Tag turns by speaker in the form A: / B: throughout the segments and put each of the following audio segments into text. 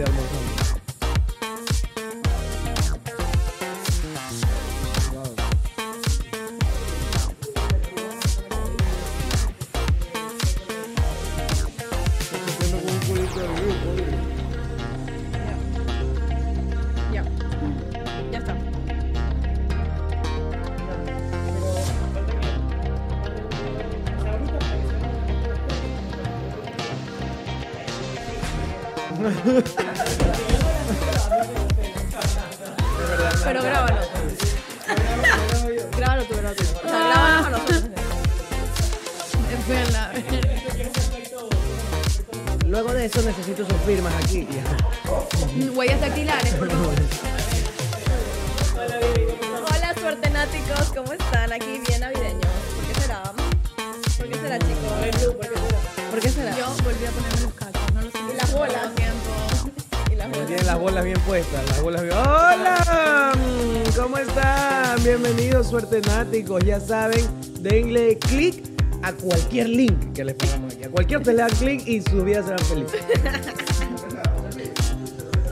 A: de almorzando. Wow. Estoy haciendo como un culito de grupo, oye.
B: Ya. Ya está. Pero grábalo. Grábalo tú, grábalo tú. O sea, grábalo a nosotros. Fue a la
A: Luego de eso necesito sus firmas aquí.
B: Huellas dactilares, por favor. Hola, suerte náticos, ¿cómo están? Aquí bien navideños. ¿Por qué será? ¿Por qué será, chicos?
A: ¿Por qué será?
B: Yo volví a ponerme los cachos, no los Y las bolas. Tiempo. Y las bolas.
A: Tienen las bolas bien puestas, las bolas bien. ¡Hola! Mm, ¿Cómo están? Bienvenidos, suertenáticos. Ya saben, denle clic a cualquier link que les pongamos aquí. A cualquier ustedes le dan clic y sus vidas serán felices.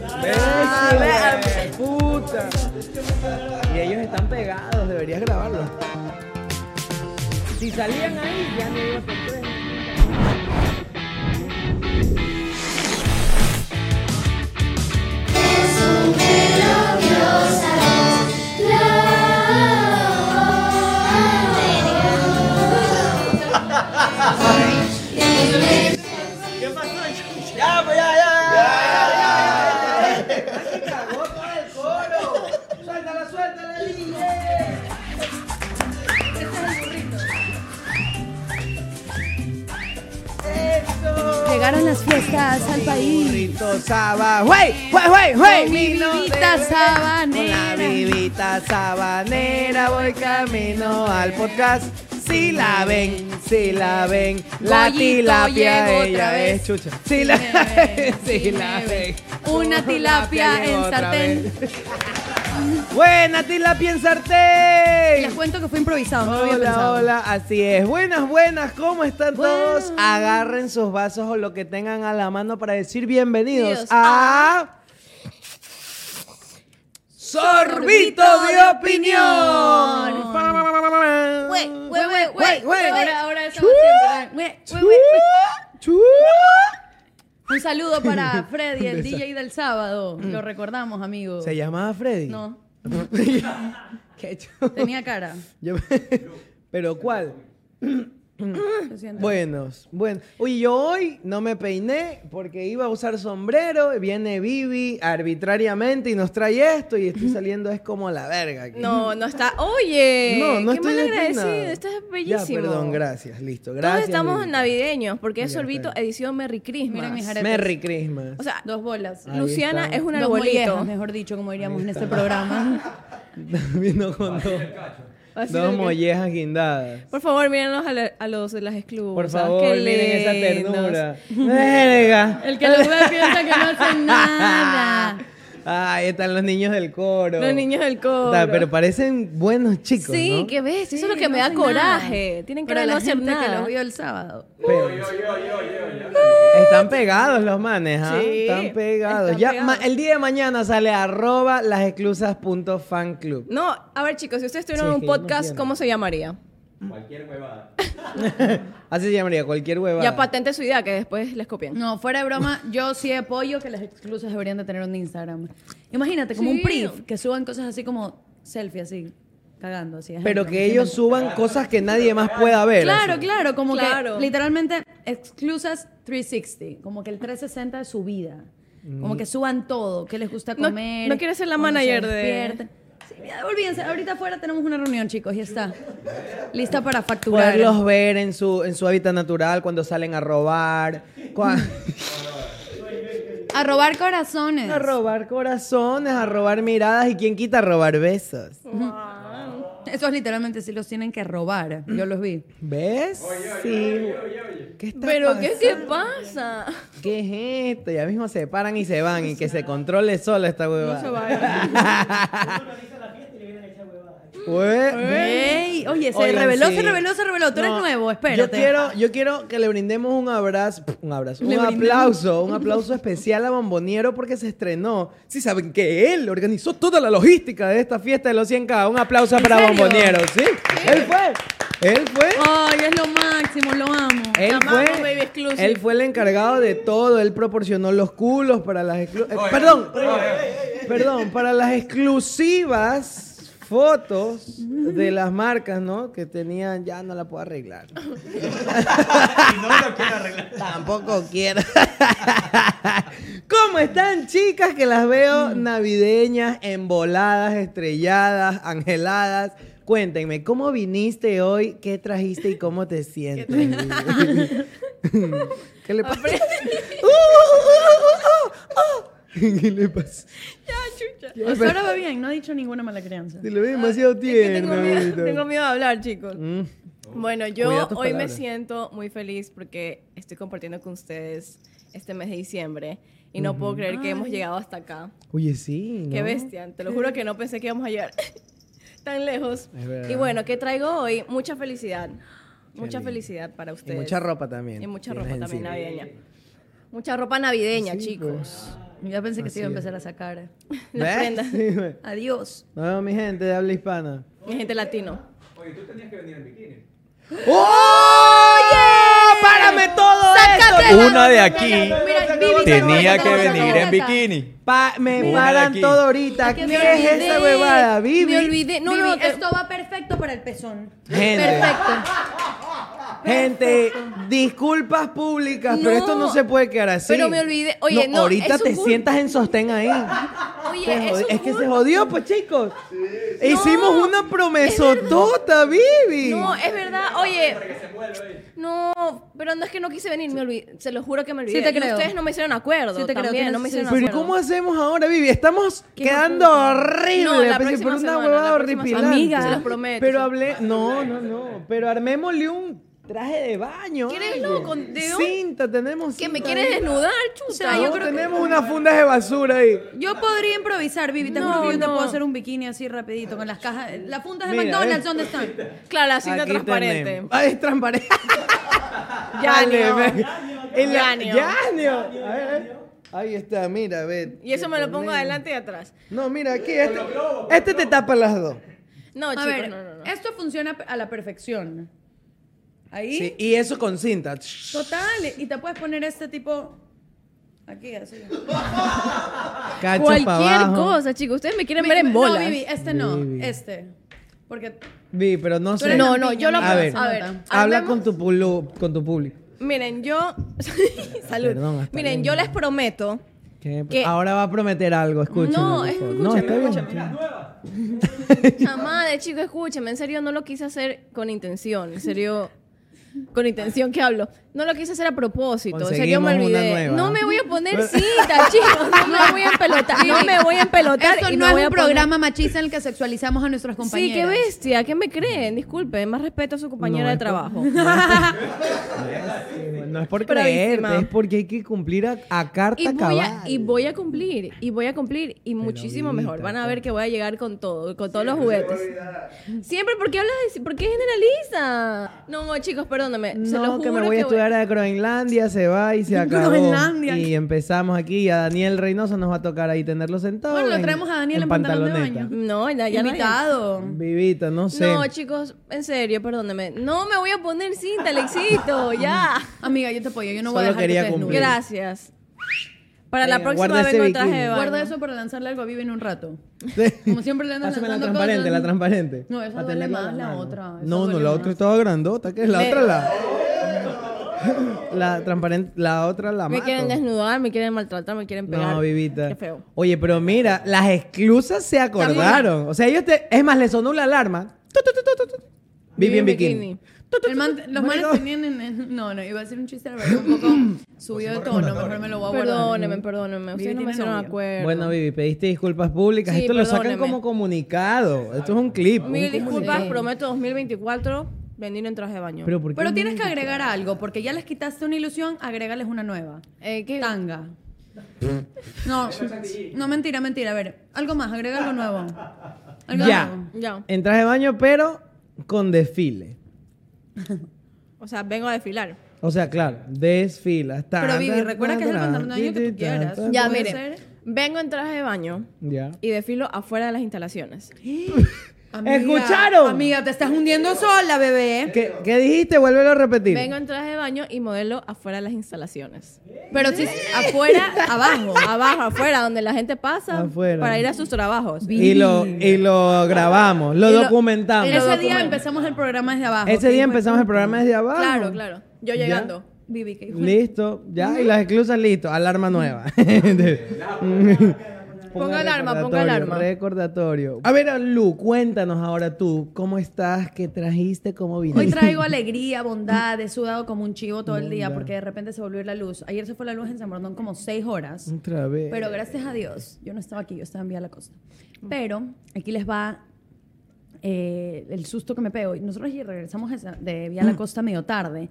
B: Ah,
A: ¡Besos! ¡Puta! Y ellos están pegados, deberías grabarlo. Si salían ahí, ya no iba a pues. sorpresa.
B: Llegaron las fiestas al país.
A: Burrito Saba, ¡Wey! ¡Wey! ¡Wey! ¡Wey!
B: mi vivita sabanera.
A: Con la vivita sabanera voy camino al podcast. Si la ven, si la ven, la
B: Pollito llegó
A: tilapia
B: otra
A: ella
B: vez.
A: es chucha. Si la
B: me
A: ven, si
B: sí
A: la
B: me
A: ven.
B: ven. Una tilapia
A: llegó
B: en
A: otra
B: sartén.
A: vez. Buena tilapia en
B: Les
A: sartén.
B: cuento que fue improvisado, no lo había
A: Hola,
B: pensado.
A: hola, así es. Buenas, buenas, ¿cómo están todos?
B: Buenas.
A: Agarren sus vasos o lo que tengan a la mano para decir bienvenidos
B: Dios,
A: a. Sorbito
B: Sorbito
A: de
B: de
A: opinión.
B: opinión.
A: Pa, pa, pa, pa, pa, pa.
B: Güey, güey, güey,
A: Güey,
B: güey,
A: güey.
B: Ahora, ahora
A: Chú,
B: estamos siempre. Güey, güey, güey, güey.
A: chú, chú.
B: Un saludo para Freddy, el
A: Besa.
B: DJ del sábado. Lo recordamos, amigo.
A: ¿Se llamaba Freddy?
B: No.
A: Qué chulo.
B: Tenía cara.
A: Yo- Pero ¿cuál?
B: Lo siento.
A: Buenos, bueno. Oye, yo hoy no me peiné porque iba a usar sombrero. Viene Vivi arbitrariamente y nos trae esto y estoy saliendo es como la verga. aquí.
C: No, no está. Oye,
A: no, no
C: qué
A: estoy
C: mal
A: despeinado.
C: agradecido. Esto es bellísimo.
A: Ya, perdón, gracias, listo.
C: Todos
A: Gracias.
C: estamos
A: Vivi.
C: navideños porque es
A: Ya está
C: Sorbito
A: bien.
C: edición Merry Christmas.
B: Miren mis aretes.
A: Merry Christmas.
C: O sea,
B: Dos bolas.
A: Ahí
C: Luciana
A: está.
C: es un
B: Dos mollejas,
C: arbolito.
B: mejor dicho, como diríamos en este programa.
A: Vino con dos,
C: Así
A: dos
C: es que-
A: mollejas guindadas.
C: Por favor, mírenos a, la- a los de las esclusas.
A: Por favor,
C: Uh, qué
A: miren esa
C: lindos.
A: ternura. Verga.
B: El que lo ve piensa que no hace nada.
A: Ay, están los niños del coro.
C: Ah. Los niños del coro.
A: Ta, Pero parecen buenos chicos.
C: sí,
A: ¿no?
C: qué ves. Eso
B: Sí,
C: es lo que
B: no
C: me da
B: hacen nada.
C: coraje. Tienen que
B: Pero
C: no
B: la
C: hacer
B: gente que
C: nada.
B: lo vio el sábado.
A: Pero- Están pegados los manes, ¿ah?
C: Sí,
A: están pegados.
C: están
A: ya,
C: pegados.
A: ma- el día de mañana sale arroba lasexclusas.fanclub.
C: No, a ver, chicos, si ustedes tuvieran
A: Sí, es
C: un
A: que yo no
C: podcast,
A: entiendo.
C: ¿cómo se llamaría?
A: Así se llamaría, cualquier huevada.
C: Ya patente su idea que después les copian.
B: No, fuera de broma, yo sí apoyo que las exclusas deberían de tener un Instagram. Imagínate, como
C: Sí.
B: un PRIF, que suban cosas así como selfie, así, cagando, así.
A: Pero
B: ejemplo,
A: que ellos suban cosas que nadie más pueda ver.
B: Claro,
A: así.
B: claro, como
C: Claro.
B: que literalmente exclusas 360, como que el 360 de su vida. Como que suban todo, qué les gusta
C: No-
B: comer.
C: no quiere ser la
B: cuando se
C: manager de-
B: despiertan. Sí, ya, olvídense, ahorita afuera tenemos una reunión, chicos, ya está. Lista para facturar.
A: Poderlos ver en su, en su hábitat natural cuando salen a robar. cua-
B: A robar corazones.
A: a robar corazones, a robar miradas y quién quita a robar besos.
B: Esos literalmente sí los tienen que robar. Yo los vi.
A: ¿Ves? Sí. ¿Qué está
C: Pero, ¿qué, ¿qué
A: pasando?
C: pasa?
A: ¿Qué es esto? Ya mismo se paran y se van y que se controle sola esta huevada.
C: se vayan.
A: vayan. Ué.
B: Ey, oye, se
A: Oigan,
B: reveló,
A: sí.
B: se reveló, se reveló. Tú eres
A: Pues, No,
B: nuevo, espérate.
A: Yo quiero, yo quiero que le brindemos un abrazo, un abrazo, un
C: Le brindamos.
A: aplauso, un aplauso especial a Bomboniero porque se estrenó. Sí, saben que él organizó toda la logística de esta fiesta de los 100K. Un aplauso
B: ¿En
A: para
B: serio?
A: Bomboniero, ¿sí? Él fue, él fue.
B: Ay, es lo máximo, lo amo.
A: Él
C: amamos, Baby
A: fue,
C: Exclusive.
A: él fue el encargado de todo, él proporcionó los culos para las exclusivas. perdón, perdón, perdón, para las exclusivas fotos de las marcas, ¿no? Que tenían, ya no la puedo arreglar.
D: Y no lo quiero arreglar.
A: Tampoco quiero. ¿Cómo están, chicas? Que las veo
C: Mm.
A: navideñas, emboladas, estrelladas, angeladas. Cuéntenme, ¿cómo viniste hoy? ¿Qué trajiste y cómo te sientes? ¿Qué le pasa? ¡Uh, oh, uh, uh, uh, uh, uh! ¿Qué le pasa?
C: Ya, chucha.
B: Hasta Pues ahora va bien, no ha dicho ninguna mala crianza.
A: Te lo veo demasiado
C: Ah, Es que
A: tierno.
C: tengo, miedo,
A: ahorita.
C: tengo miedo de hablar, chicos.
A: Mm.
C: Bueno, yo
A: Cuida tus
C: hoy me
A: palabras.
C: siento muy feliz porque estoy compartiendo con ustedes este mes de diciembre y no puedo creer que hemos llegado hasta acá.
A: Oye, sí. ¿no?
C: Qué bestia, te lo juro que no pensé que íbamos a llegar tan lejos.
A: Es verdad.
C: Y bueno, ¿qué traigo hoy? Mucha felicidad. Mucha
A: lindo.
C: felicidad para
A: Y
C: ustedes.
A: mucha ropa también.
C: Y mucha
A: Tienes
C: ropa también
A: encima.
C: navideña. Mucha ropa navideña, chicos.
B: Ya pensé que te iba a
A: Así es.
B: empezar a sacar.
C: Las
A: ¿Ves?
C: prendas.
A: Sí, güey.
B: Adiós.
A: Nos vemos, mi gente de habla hispana.
C: Mi gente latino.
D: Oye, tú tenías que venir en bikini.
A: ¡Oye! ¡Párame todo
B: Sácate
A: esto!
B: la-
E: Una de aquí
B: Mira, Vivi, se
E: tenía
B: acabó,
E: que
B: se acabó,
E: venir
B: ya
E: en
B: está.
E: bikini.
A: Pa- me
E: Una de
A: paran
E: aquí.
A: todo ahorita. ¿Qué
B: Aquí me
A: es
B: olvidé,
A: esa huevada, Vivi?
C: Me olvidé. No,
B: Vivi,
C: no, te-
B: esto va perfecto para el pezón.
A: Gente.
B: Perfecto.
A: Gente, disculpas públicas, pero
C: No,
A: esto no se puede quedar así.
C: pero me olvidé. Oye, no,
A: ahorita
C: es un
A: te
C: bur-
A: sientas en sostén ahí. Te
C: Oye,
A: jod-
C: es, un
A: es que se
C: burro.
A: jodió, pues chicos. Hicimos
C: No,
A: una promesotota, Vivi.
C: No, es verdad. Oye. No, pero no es que no quise venir, me olvidé. Se lo juro que me olvidé.
B: Sí te
C: Y
B: creo.
C: ustedes no me hicieron acuerdo.
B: Sí te creo,
C: también,
B: tienes-
C: no me hicieron
A: pero ¿y
C: acuerdo.
A: ¿cómo hacemos ahora, Vivi? Estamos
B: ¿Qué nos
A: quedando
B: falta?
A: horrible.
C: No, la
A: pues,
C: próxima
A: por una
C: semana,
A: huevada
C: la próxima
A: horripilante.
C: semana. Amiga, se los prometo,
A: Pero
C: sí.
A: hablé. No, no, no. Pero armémosle un traje de baño.
C: ¿Quieres
A: algo.
C: loco? ¿De dónde?
A: Cinta, tenemos.
C: Que me
A: cinta
C: quieres
A: ahí.
C: desnudar, chuta.
A: No,
C: yo creo que-
A: tenemos unas fundas de basura ahí.
B: Yo podría improvisar, Vivi. Te
C: No,
B: juro que yo te
C: no.
B: puedo hacer un bikini así rapidito con las cajas. Las puntas de
A: Mira,
B: McDonald's,
A: eh.
B: ¿dónde están?
C: Claro, así de
A: Aquí
C: transparente.
A: tenemos. Ah, es transparente.
C: Ya, no.
A: ve. En la-
C: Yanio.
A: Yanio. A ver, a ver. Ahí está, mira, ve.
C: Y eso me lo pongo adelante y atrás.
A: No, mira, aquí este, este te tapa las dos.
C: No,
B: A
C: chicos,
B: ver,
C: no, no, no.
B: esto funciona a la perfección. Ahí.
A: Sí, y eso con cinta.
B: Total. Y te puedes poner este tipo aquí, así.
A: Cacho pa'
C: Cualquier
A: abajo.
C: cosa, chicos. Ustedes me quieren ver en bolas.
B: No, Vivi, este no.
A: Vivi.
B: Este. Porque
A: Vi, pero no
B: Tú
A: sé.
B: eres
C: No, no, yo lo
A: a ver,
B: se nota.
A: habla
C: hablemos-
A: con tu, pulu- con tu público.
C: Miren, yo. Salud.
A: Perdón, hasta
C: Miren,
A: bien.
C: yo les prometo.
A: Que
C: ¿Qué?
A: Ahora va a prometer algo, escúchame.
C: No,
A: por
C: es-
A: favor.
C: escúchame,
A: está bien,
C: escúchame.
A: está bien.
C: Jamás, chicos, escúchame. En serio, no lo quise hacer con intención. En serio. Con intención que hablo. No lo quise hacer a propósito. En serio, me
A: Conseguimos una
C: olvidé.
A: nueva.
C: No me voy a poner cita, chicos. No me voy a empelotar. No me voy a empelotar.
B: esto
C: y
B: no
C: me
B: es
C: voy a
B: un
C: poner-
B: programa machista en el que sexualizamos a nuestros compañeros.
C: Sí, qué bestia. ¿Qué me creen? Disculpen. Más respeto a su compañera
A: No,
C: de
A: esto-
C: trabajo.
A: No es por
C: Bravísima.
A: creerte, es porque hay que cumplir a, a carta
C: y voy a,
A: cabal.
C: y voy a cumplir, y voy a cumplir, y muchísimo mejor. Van a ver que voy a llegar con todo, con todos los juguetes. Siempre, ¿por qué hablas de, por qué generaliza? No, chicos, perdóname. se lo
A: No,
C: juro
A: que me voy a estudiar a Groenlandia, se va y se acabó.
B: Groenlandia.
A: Y empezamos aquí y a Daniel Reynoso nos va a tocar ahí tenerlo sentado.
B: Bueno, lo
A: en-
B: traemos a Daniel en pantalón de
A: pantaloneta.
B: baño.
C: No, ya, ya
B: Invitado.
A: Vivita, no sé.
C: No, chicos, en serio, perdóname. No me voy a poner cinta, Alexito, ya.
B: Amiga, yo te apoyo. Yo no
A: Solo
B: voy a dejar
A: quería
B: que te desnudes.
A: cumplir.
C: Gracias. Para la
A: Venga,
C: próxima
A: guarda ese
C: vengo en traje
A: bikini.
C: de baño.
B: Guarda eso para lanzarle algo a Vivi en un rato.
A: Sí.
B: Como siempre le andas
A: Pásame la
B: lanzando
A: transparente,
B: cosas.
A: la transparente.
B: No, esa
A: Pa'
B: duele
A: tenerla en
B: más, la
A: mano.
B: otra, esa
A: No, no,
B: duele
A: la
B: más.
A: otra estaba grandota, que es la
C: Me-
A: otra la. La transparente, la otra la
C: Me
A: mato.
C: quieren desnudar, me quieren maltratar, me quieren pegar.
A: No, Vivita.
C: Qué feo.
A: Oye, pero mira, las exclusas se acordaron. O sea, ellos te. Es más, les sonó la alarma. Tu, tu, tu, tu, tu, tu. Vivi en bikini. Tu, tu, tu,
B: El man-
A: tu.
B: los manes
A: Marico.
B: tenían en- en- No, no, iba a ser un chiste, pero un poco subido de tono, mejor me lo
C: Ah,
B: voy a guardar.
C: Perdónenme, perdónenme. Ustedes no
B: tiene
C: me hicieron
B: novio.
C: acuerdo.
A: Bueno, Vivi, pediste disculpas públicas.
C: Sí,
A: Esto lo sacan
C: perdóneme.
A: como comunicado. Esto es un clip. un
C: Mil disculpas,
A: comunicado.
C: prometo 2024 venir en traje de baño.
A: Pero, ¿por qué
B: Pero
A: no?
B: tienes que agregar algo, porque ya les quitaste una ilusión, agrégales una nueva.
C: Eh, ¿qué?
B: Tanga. No, no, mentira, mentira. A ver, algo más, agrega algo nuevo. Algo
A: Ya.
C: Ya.
A: En traje de baño, pero con desfile.
C: O sea, vengo a desfilar.
A: O sea, claro, desfila. Tan,
B: Pero, Vivi,
A: tan,
B: recuerda
A: tan,
B: que es el
A: tan,
B: pantalón de baño que tú
A: tan,
B: quieras.
A: tan,
C: Ya,
A: tan.
B: puede
C: mire.
B: ser?
C: Vengo en traje de baño
A: Ya.
C: y desfilo afuera de las instalaciones.
B: Amiga,
A: ¿Escucharon?
B: Amiga, te estás hundiendo sola, bebé. ¿eh?
A: ¿Qué, qué dijiste? Vuélvelo a repetir.
C: Vengo en traje de baño y modelo afuera de las instalaciones. Pero sí, afuera, abajo, abajo, afuera, donde la gente pasa
A: Afuera.
C: para ir a sus trabajos.
A: y, lo, y lo grabamos, lo
C: Y lo-
A: documentamos.
C: y lo
B: Ese día
C: documento.
B: empezamos el programa desde abajo.
A: Ese
B: ¿ok?
A: día empezamos el programa desde abajo.
C: Claro, claro. Yo
A: Ya.
C: llegando.
B: Vivi, que hijo de-
A: Listo, ya, y las esclusas listo, alarma nueva.
C: Ponga alarma, ponga
A: recordatorio,
C: alarma.
A: Recordatorio. A ver, Lu, cuéntanos ahora tú, ¿cómo estás? ¿Qué trajiste? ¿Cómo viniste?
B: Hoy traigo alegría, bondad, he sudado como un chivo todo el día
A: Bondad.
B: porque de repente se volvió la luz. Ayer se fue la luz en San Borondón como seis horas.
A: Otra vez.
B: Pero gracias a Dios, yo no estaba aquí, yo estaba en Vía la Costa.
A: Mm.
B: Pero aquí les va eh, el susto que me pego. Y Nosotros ya regresamos de Sa- de
A: Mm.
B: Vía la Costa medio tarde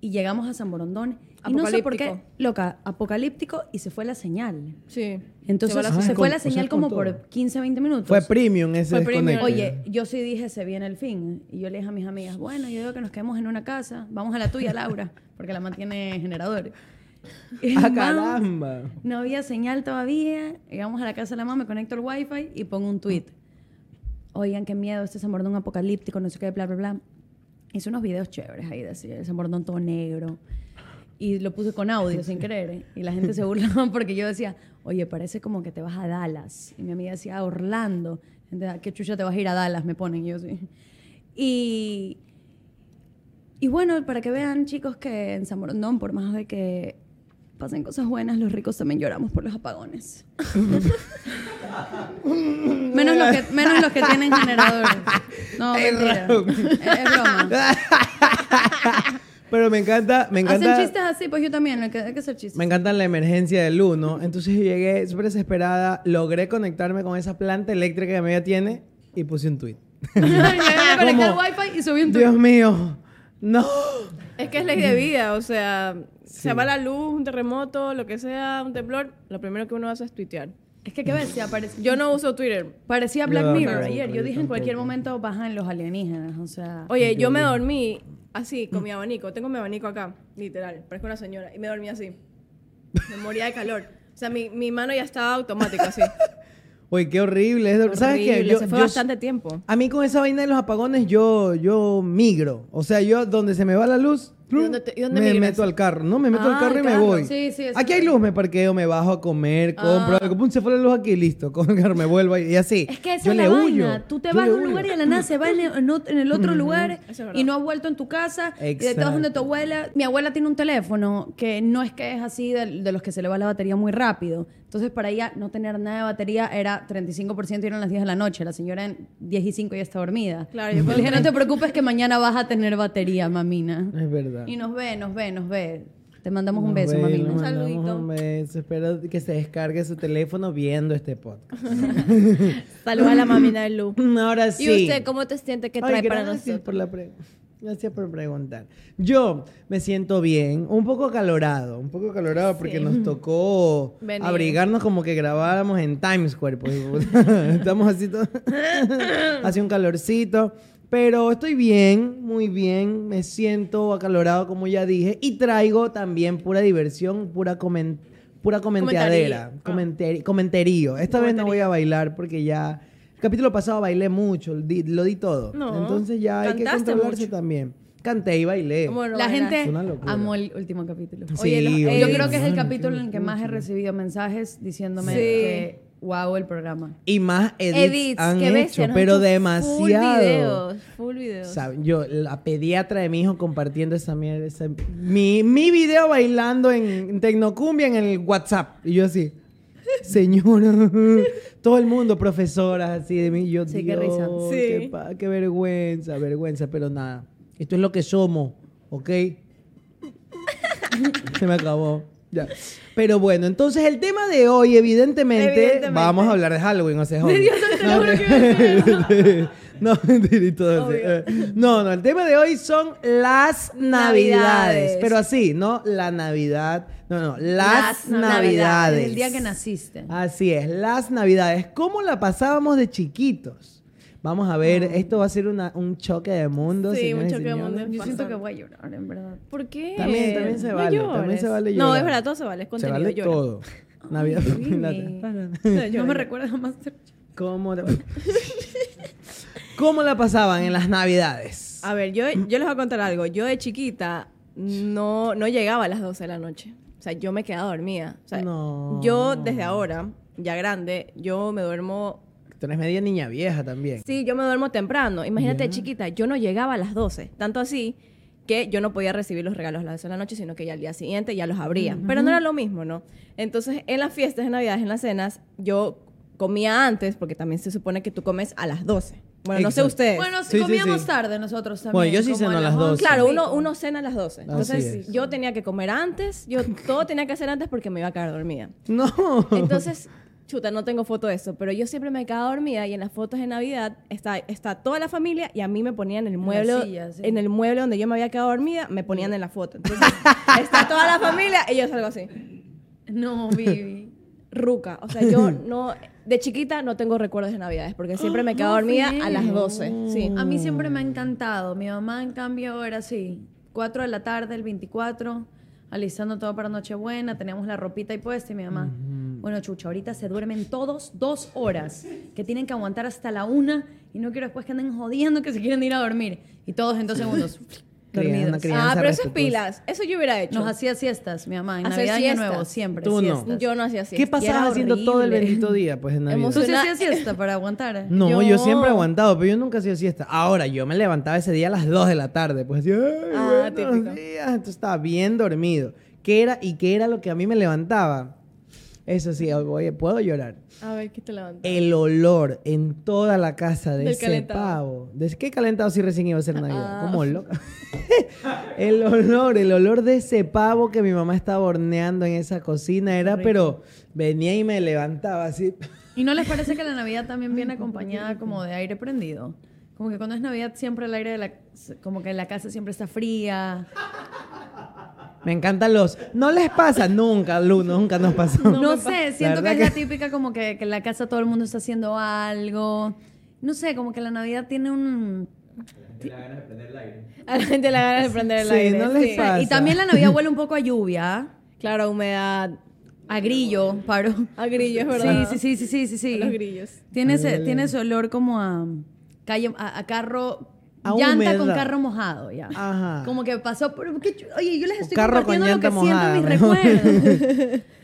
B: y llegamos a San Borondón. Y no sé por qué,
C: Apocalíptico.
B: loca, apocalíptico y se fue la señal.
C: Sí.
B: Entonces se,
A: la señal.
B: fue la
A: Ah, con- o sea,
B: señal
A: con
B: como
A: todo.
B: por 15, 20 minutos.
A: Fue premium ese
C: Fue premium.
A: desconecte.
B: Oye, yo sí dije, se viene el fin. Y yo le dije a mis amigas, bueno, yo digo que nos quedemos en una casa. Vamos a la tuya, Laura, porque la mantiene generador. Y
A: ¡Ah,
B: vamos.
A: caramba!
B: No había señal todavía. Llegamos a la casa de la mamá, me conecto al wifi y pongo un tweet. Oigan, qué miedo, este San Bordón apocalíptico, no sé qué, bla, bla, bla. Hice unos videos chéveres ahí de así, el San Bordón todo negro. Y lo puse con audio sin querer. Y la gente se burlaba porque yo decía, oye, parece como que te vas a Dallas. Y mi amiga decía, a Orlando. Gente, "Ah, ¿qué chucha te vas a ir a Dallas? Me ponen, y yo sí. Y y bueno, para que vean, chicos, que en San Borondón, por más de que pasen cosas buenas, los ricos también lloramos por los apagones. menos, los que, menos los que tienen generadores. No,
A: Es
B: mentira.
A: raro.
B: Es, es broma.
A: Pero me encanta, me encanta.
B: Hacen chistes así, pues yo también. Hay que, hay que hacer chistes.
A: Me encanta la emergencia del 1. Entonces yo llegué súper desesperada, logré conectarme con esa planta eléctrica que media tiene y puse un tweet.
B: me conecté al
A: ¿Cómo?
B: wifi y subí un tuit.
A: Dios mío, no.
C: Es que es ley de vida, o sea, se va la luz, un terremoto, lo que sea, un temblor, lo primero que uno hace es tuitear.
B: Es que, ¿qué ves? Si aparece-
C: Yo no uso Twitter.
B: Parecía Black
A: No,
B: Mirror
A: tampoco,
B: ayer. Yo
A: yo
B: dije en cualquier
A: tampoco.
B: momento bajan los alienígenas. O sea,
C: Oye, yo me dormí así, con mi abanico. Tengo mi abanico acá, literal. Parezco una señora. Y me dormí así. Me moría de calor. O sea, mi, mi mano ya estaba automática así.
A: Uy, qué horrible. es dor- ¿Sabes qué?
C: Horrible, se fue bastante tiempo.
A: A mí con esa vaina de los apagones yo, yo migro. O sea, yo donde se me va la luz,
C: ¿Y dónde te- y dónde
A: me
C: migras?
A: meto al carro. No, me meto
B: Ah,
A: al carro y me
B: carro.
A: voy.
B: Sí, sí, eso
A: aquí hay
B: sí.
A: luz, me parqueo, me bajo a comer, compro algo. Pum, se fue la luz aquí, listo. Con el carro me vuelvo y y así.
B: Es que esa
A: yo
B: es
A: le
B: la
A: huyo,
B: vaina. Tú te
A: yo
B: vas
A: le
B: de un
A: huyo.
B: lugar y de la nada se va en el, en ot- en el otro lugar
C: Eso es verdad.
B: y no ha vuelto en tu casa. Y de todas
A: Exacto.
B: donde tu abuela. Mi abuela tiene un teléfono que no es que es así de, de los que se le va la batería muy rápido. Entonces, para ella no tener nada de batería era 35% y eran las 10 de la noche. La señora en 10 y 5 ya está dormida.
C: Claro, yo
B: Le
C: puedo
B: dije, no te preocupes que mañana vas a tener batería, mamina.
A: Es verdad.
B: Y nos ve, nos ve, nos ve. Te mandamos un
A: Nos
B: beso,
A: ve,
B: mamina.
A: nos
B: Un
A: mandamos
B: saludito.
A: Un beso. Espero que se descargue su teléfono viendo este podcast.
C: Saluda a la mamina de Lu.
A: Ahora sí.
C: ¿Y usted cómo te siente que
A: Ay,
C: trae para
A: gracias
C: nosotros?
A: Por la pre- gracias por preguntar. Yo me siento bien, un poco calorado, un poco calorado porque nos tocó
C: Venir.
A: abrigarnos como que grabáramos en Times Square. pues. Estamos así todo. Hace un calorcito. Pero estoy bien, muy bien, me siento acalorado como ya dije y traigo también pura diversión, pura comen- pura comenteadera,
C: ah. Comentaría.
A: comenteri- comenterío. Esta vez no voy a bailar porque ya. El capítulo pasado bailé mucho, di- lo di todo.
C: No,
A: Entonces ya hay que
C: cantaste
A: controlarse
C: mucho.
A: también. Canté y bailé.
C: Bueno,
B: La
C: bailar.
B: gente
A: Una locura.
B: amó el último capítulo.
A: Sí,
B: Oye, los-
A: oye,
B: yo creo que es el
A: hermano,
B: capítulo
A: qué
B: en el que más he recibido mensajes diciéndome
C: Sí.
B: que wow el programa.
A: Y más edits, han
C: qué
A: hecho,
C: bestia, nos
A: pero
C: han hecho
A: demasiado.
C: Full videos, full videos.
A: Saben, Yo, la pediatra de mi hijo compartiendo esa mierda. esa- mi, mi video bailando en, en Tecnocumbia en el WhatsApp. Y yo así, señora. Todo el mundo, profesoras, así de mí. Yo,
B: Sí, qué
A: Dios,
B: risa.
A: qué,
C: Sí.
A: pa- qué vergüenza, vergüenza. Pero nada, esto es lo que somos, ¿ok? Se me acabó. Ya. Pero bueno, entonces el tema de hoy, evidentemente,
C: Evidentemente.
A: vamos a hablar de Halloween, o sea,
C: Dios, te lo juro que
A: no, mentira, y todo así.
C: Obvio.
A: Eh, No, no, el tema de hoy son las navidades.
C: Navidades.
A: Pero así, ¿no? La Navidad. No, no, las, navidades. Ah.
B: El día que naciste.
A: Así es, las navidades. ¿Cómo la pasábamos de chiquitos? Vamos a ver, esto va a ser una- un choque de mundos.
C: Mm. Sí, un
A: señores y
C: choque de
A: señores.
C: mundos.
B: Yo siento
C: Pasar.
B: que voy a llorar, en verdad.
C: ¿Por qué?
A: También- también se vale,
C: No
A: también se
C: llores.
A: vale
C: No,
A: llorar.
C: es verdad, todo se vale. Es
A: Se
C: contenido.
A: vale
C: llora.
A: todo. Navidad por
B: Jimmy.
A: plata.
B: No me recuerda a Masterchef.
A: ¿Cómo la... ¿Cómo la pasaban en las Navidades?
C: A ver, yo, yo les voy a contar algo. Yo de chiquita no, no llegaba a las 12 de la noche. O sea, yo me quedaba dormida. O sea,
A: No.
C: Yo desde ahora, ya grande, yo me duermo...
A: Tú eres media niña vieja también.
C: Sí, yo me duermo temprano. Imagínate de chiquita, yo no llegaba a las 12. Tanto así que yo no podía recibir los regalos a las 12 de la noche, sino que ya al día siguiente ya los abría. Pero no era lo mismo, ¿no? Entonces, en las fiestas de Navidad, en las cenas, yo comía antes, porque también se supone que tú comes a las 12. Bueno, no sé
A: Exacto.
C: ustedes.
B: Bueno,
A: Sí, sí,
B: comíamos
A: sí.
B: tarde nosotros también.
A: Bueno, yo sí
B: como
A: ceno a las
B: once.
A: 12.
C: Claro, uno, uno cena a las 12. Entonces,
A: es.
C: yo tenía que comer antes, yo todo tenía que hacer antes porque me iba a quedar dormida.
A: No.
C: Entonces, chuta, no tengo foto de eso, pero yo siempre me quedaba dormida y en las fotos de Navidad está, está toda la familia y a mí me ponían en el
B: la
C: mueble,
B: silla, sí.
C: en el mueble donde yo me había quedado dormida, me ponían en la foto. Entonces, está toda la familia y yo salgo así,
B: No, Vivi.
C: ruca. O sea, yo no, de chiquita no tengo recuerdos de Navidades porque siempre me quedaba
B: no,
C: dormida
B: feo.
C: a las 12. Sí.
B: A mí siempre
A: Mm.
B: me ha encantado. Mi mamá, en cambio, era así. 4 de la tarde, el 24, alistando todo para Nochebuena, teníamos la ropita ahí puesta y mi mamá. Bueno, chucha, ahorita se duermen todos dos horas, que tienen que aguantar hasta la una y no quiero después que anden jodiendo que se quieren ir a dormir. Y todos en dos segundos,
A: Criando,
B: dormidos.
A: criando.
C: Ah,
A: crianza
C: pero eso es
A: respetuosa.
C: pilas. Eso yo hubiera hecho.
B: Nos hacía siestas, mi mamá, en
C: Hacer
B: Navidad y Año
C: siestas.
B: Nuevo, siempre.
A: Tú no.
B: siestas.
C: Yo no hacía así.
A: ¿Qué pasabas haciendo todo el bendito día, pues, en Navidad?
B: ¿Tú sí
C: Suena-
B: hacías siesta para aguantar?
A: No, yo...
C: Yo-
A: siempre he aguantado, pero yo nunca hacía siesta. Ahora, yo me levantaba ese día a las 2 de la tarde, pues así, "Ay,
C: Ah,
A: buenos
C: típico.
A: días". Entonces estaba bien dormido. ¿Qué era y qué era lo que a mí me levantaba? Eso sí, oye, puedo llorar.
C: A ver, ¿qué te levantas?
A: El olor en toda la casa de
C: Del
A: ese
C: calentado.
A: pavo. ¿De qué calentado si recién iba a ser Navidad?
B: Ah.
A: Como loca. el olor, el olor de ese pavo que mi mamá estaba horneando en esa cocina era, pero venía y me levantaba así.
B: ¿Y no les parece que la Navidad también viene acompañada como de aire prendido? Como que cuando es Navidad siempre el aire de la... Como que la casa siempre está fría.
A: Me encantan los. No les pasa nunca, Lu, nunca nos pasó.
B: No, sé, siento que
A: verdad
B: es la
A: que-
B: típica como que, que en la casa todo el mundo está haciendo algo. No sé, como que la Navidad tiene un...
D: La ganas de prender el aire.
C: A la gente le da ganas de prender el
A: Sí,
C: aire.
A: no les
C: sí.
A: pasa.
B: Y también la Navidad huele un poco a lluvia,
C: Claro, humedad,
B: a grillo, paro.
C: a grillos,
B: Sí,
C: ¿verdad?
B: sí, sí, sí, sí, sí. sí.
C: A los grillos.
B: Tiene
A: Eh.
B: ese, tiene ese olor como a calle, a, a carro,
A: A
B: llanta con
A: humedad.
B: carro mojado ya.
A: Ajá.
B: Como que pasó por. qué ch- oye, yo les estoy
A: carro con
B: compartiendo lo que
A: llanta
B: siento en mis
A: mojada,
B: recuerdos.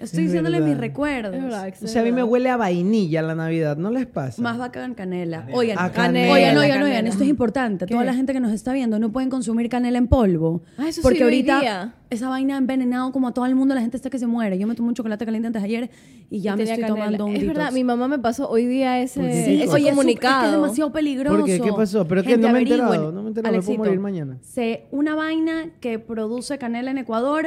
B: estoy
A: Es
B: diciéndole mis
A: verdad.
B: recuerdos.
C: Es verdad,
A: O sea, a mí me huele a vainilla la Navidad, ¿no les pasa?
B: Más vaca en canela. Oigan,
A: A Ah, canela.
B: oigan, oigan,
C: Canela.
B: oigan, esto es importante. Toda la gente que nos está viendo no pueden consumir canela en polvo.
C: Ah, eso sí,
B: porque
C: yo
B: ahorita
C: iría.
B: esa vaina ha envenenado como a todo el mundo, la gente está que se muere. Yo me tomé un chocolate caliente antes de ayer y ya me
C: Tenía
B: estoy
C: canela.
B: tomando un
C: Es verdad,
B: detox.
C: mi mamá me pasó hoy día ese,
A: Pues sí,
C: ese
A: oye, es súper-
C: comunicado.
B: Es, que es demasiado peligroso.
A: ¿Por qué? ¿Qué pasó? Pero que
B: Gente,
A: no me he
B: averigüen.
A: enterado, no me he enterado, me puedo
B: Alexito,
A: morir mañana.
B: se- una vaina que produce canela en Ecuador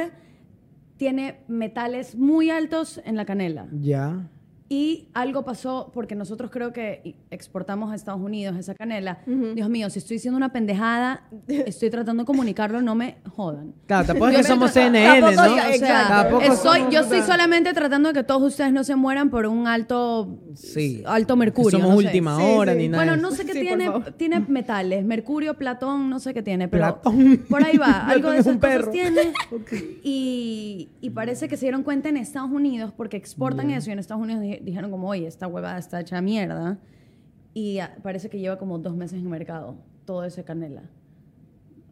B: tiene metales muy altos en la canela.
A: Ya.
B: Y algo pasó porque nosotros creo que exportamos a Estados Unidos esa canela. Dios mío, si estoy diciendo una pendejada, estoy tratando de comunicarlo, no me jodan.
A: Claro, tampoco es que Pues somos CNN,
B: Tampoco,
A: ¿no?
B: o sea,
A: Tampoco
B: estoy-
A: somos-
B: yo estoy solamente tratando de que todos ustedes no se mueran por un alto,
A: Sí.
B: alto mercurio.
A: Somos
B: no sé.
A: última hora ni nada.
B: Bueno,
A: de
B: no
A: eso.
B: sé qué
C: Sí, por
B: tiene,
C: favor.
B: tiene metales, mercurio, platón, no sé qué tiene, pero
A: Platón.
B: por ahí va, algo
A: Platón
B: de
A: es
B: esas
A: un
B: cosas
A: perro.
B: tiene. Y, y parece que se dieron cuenta en Estados Unidos porque exportan eso y en Estados Unidos di- dijeron como, oye, esta huevada está hecha mierda y ah, parece que lleva como dos meses en el mercado todo ese canela.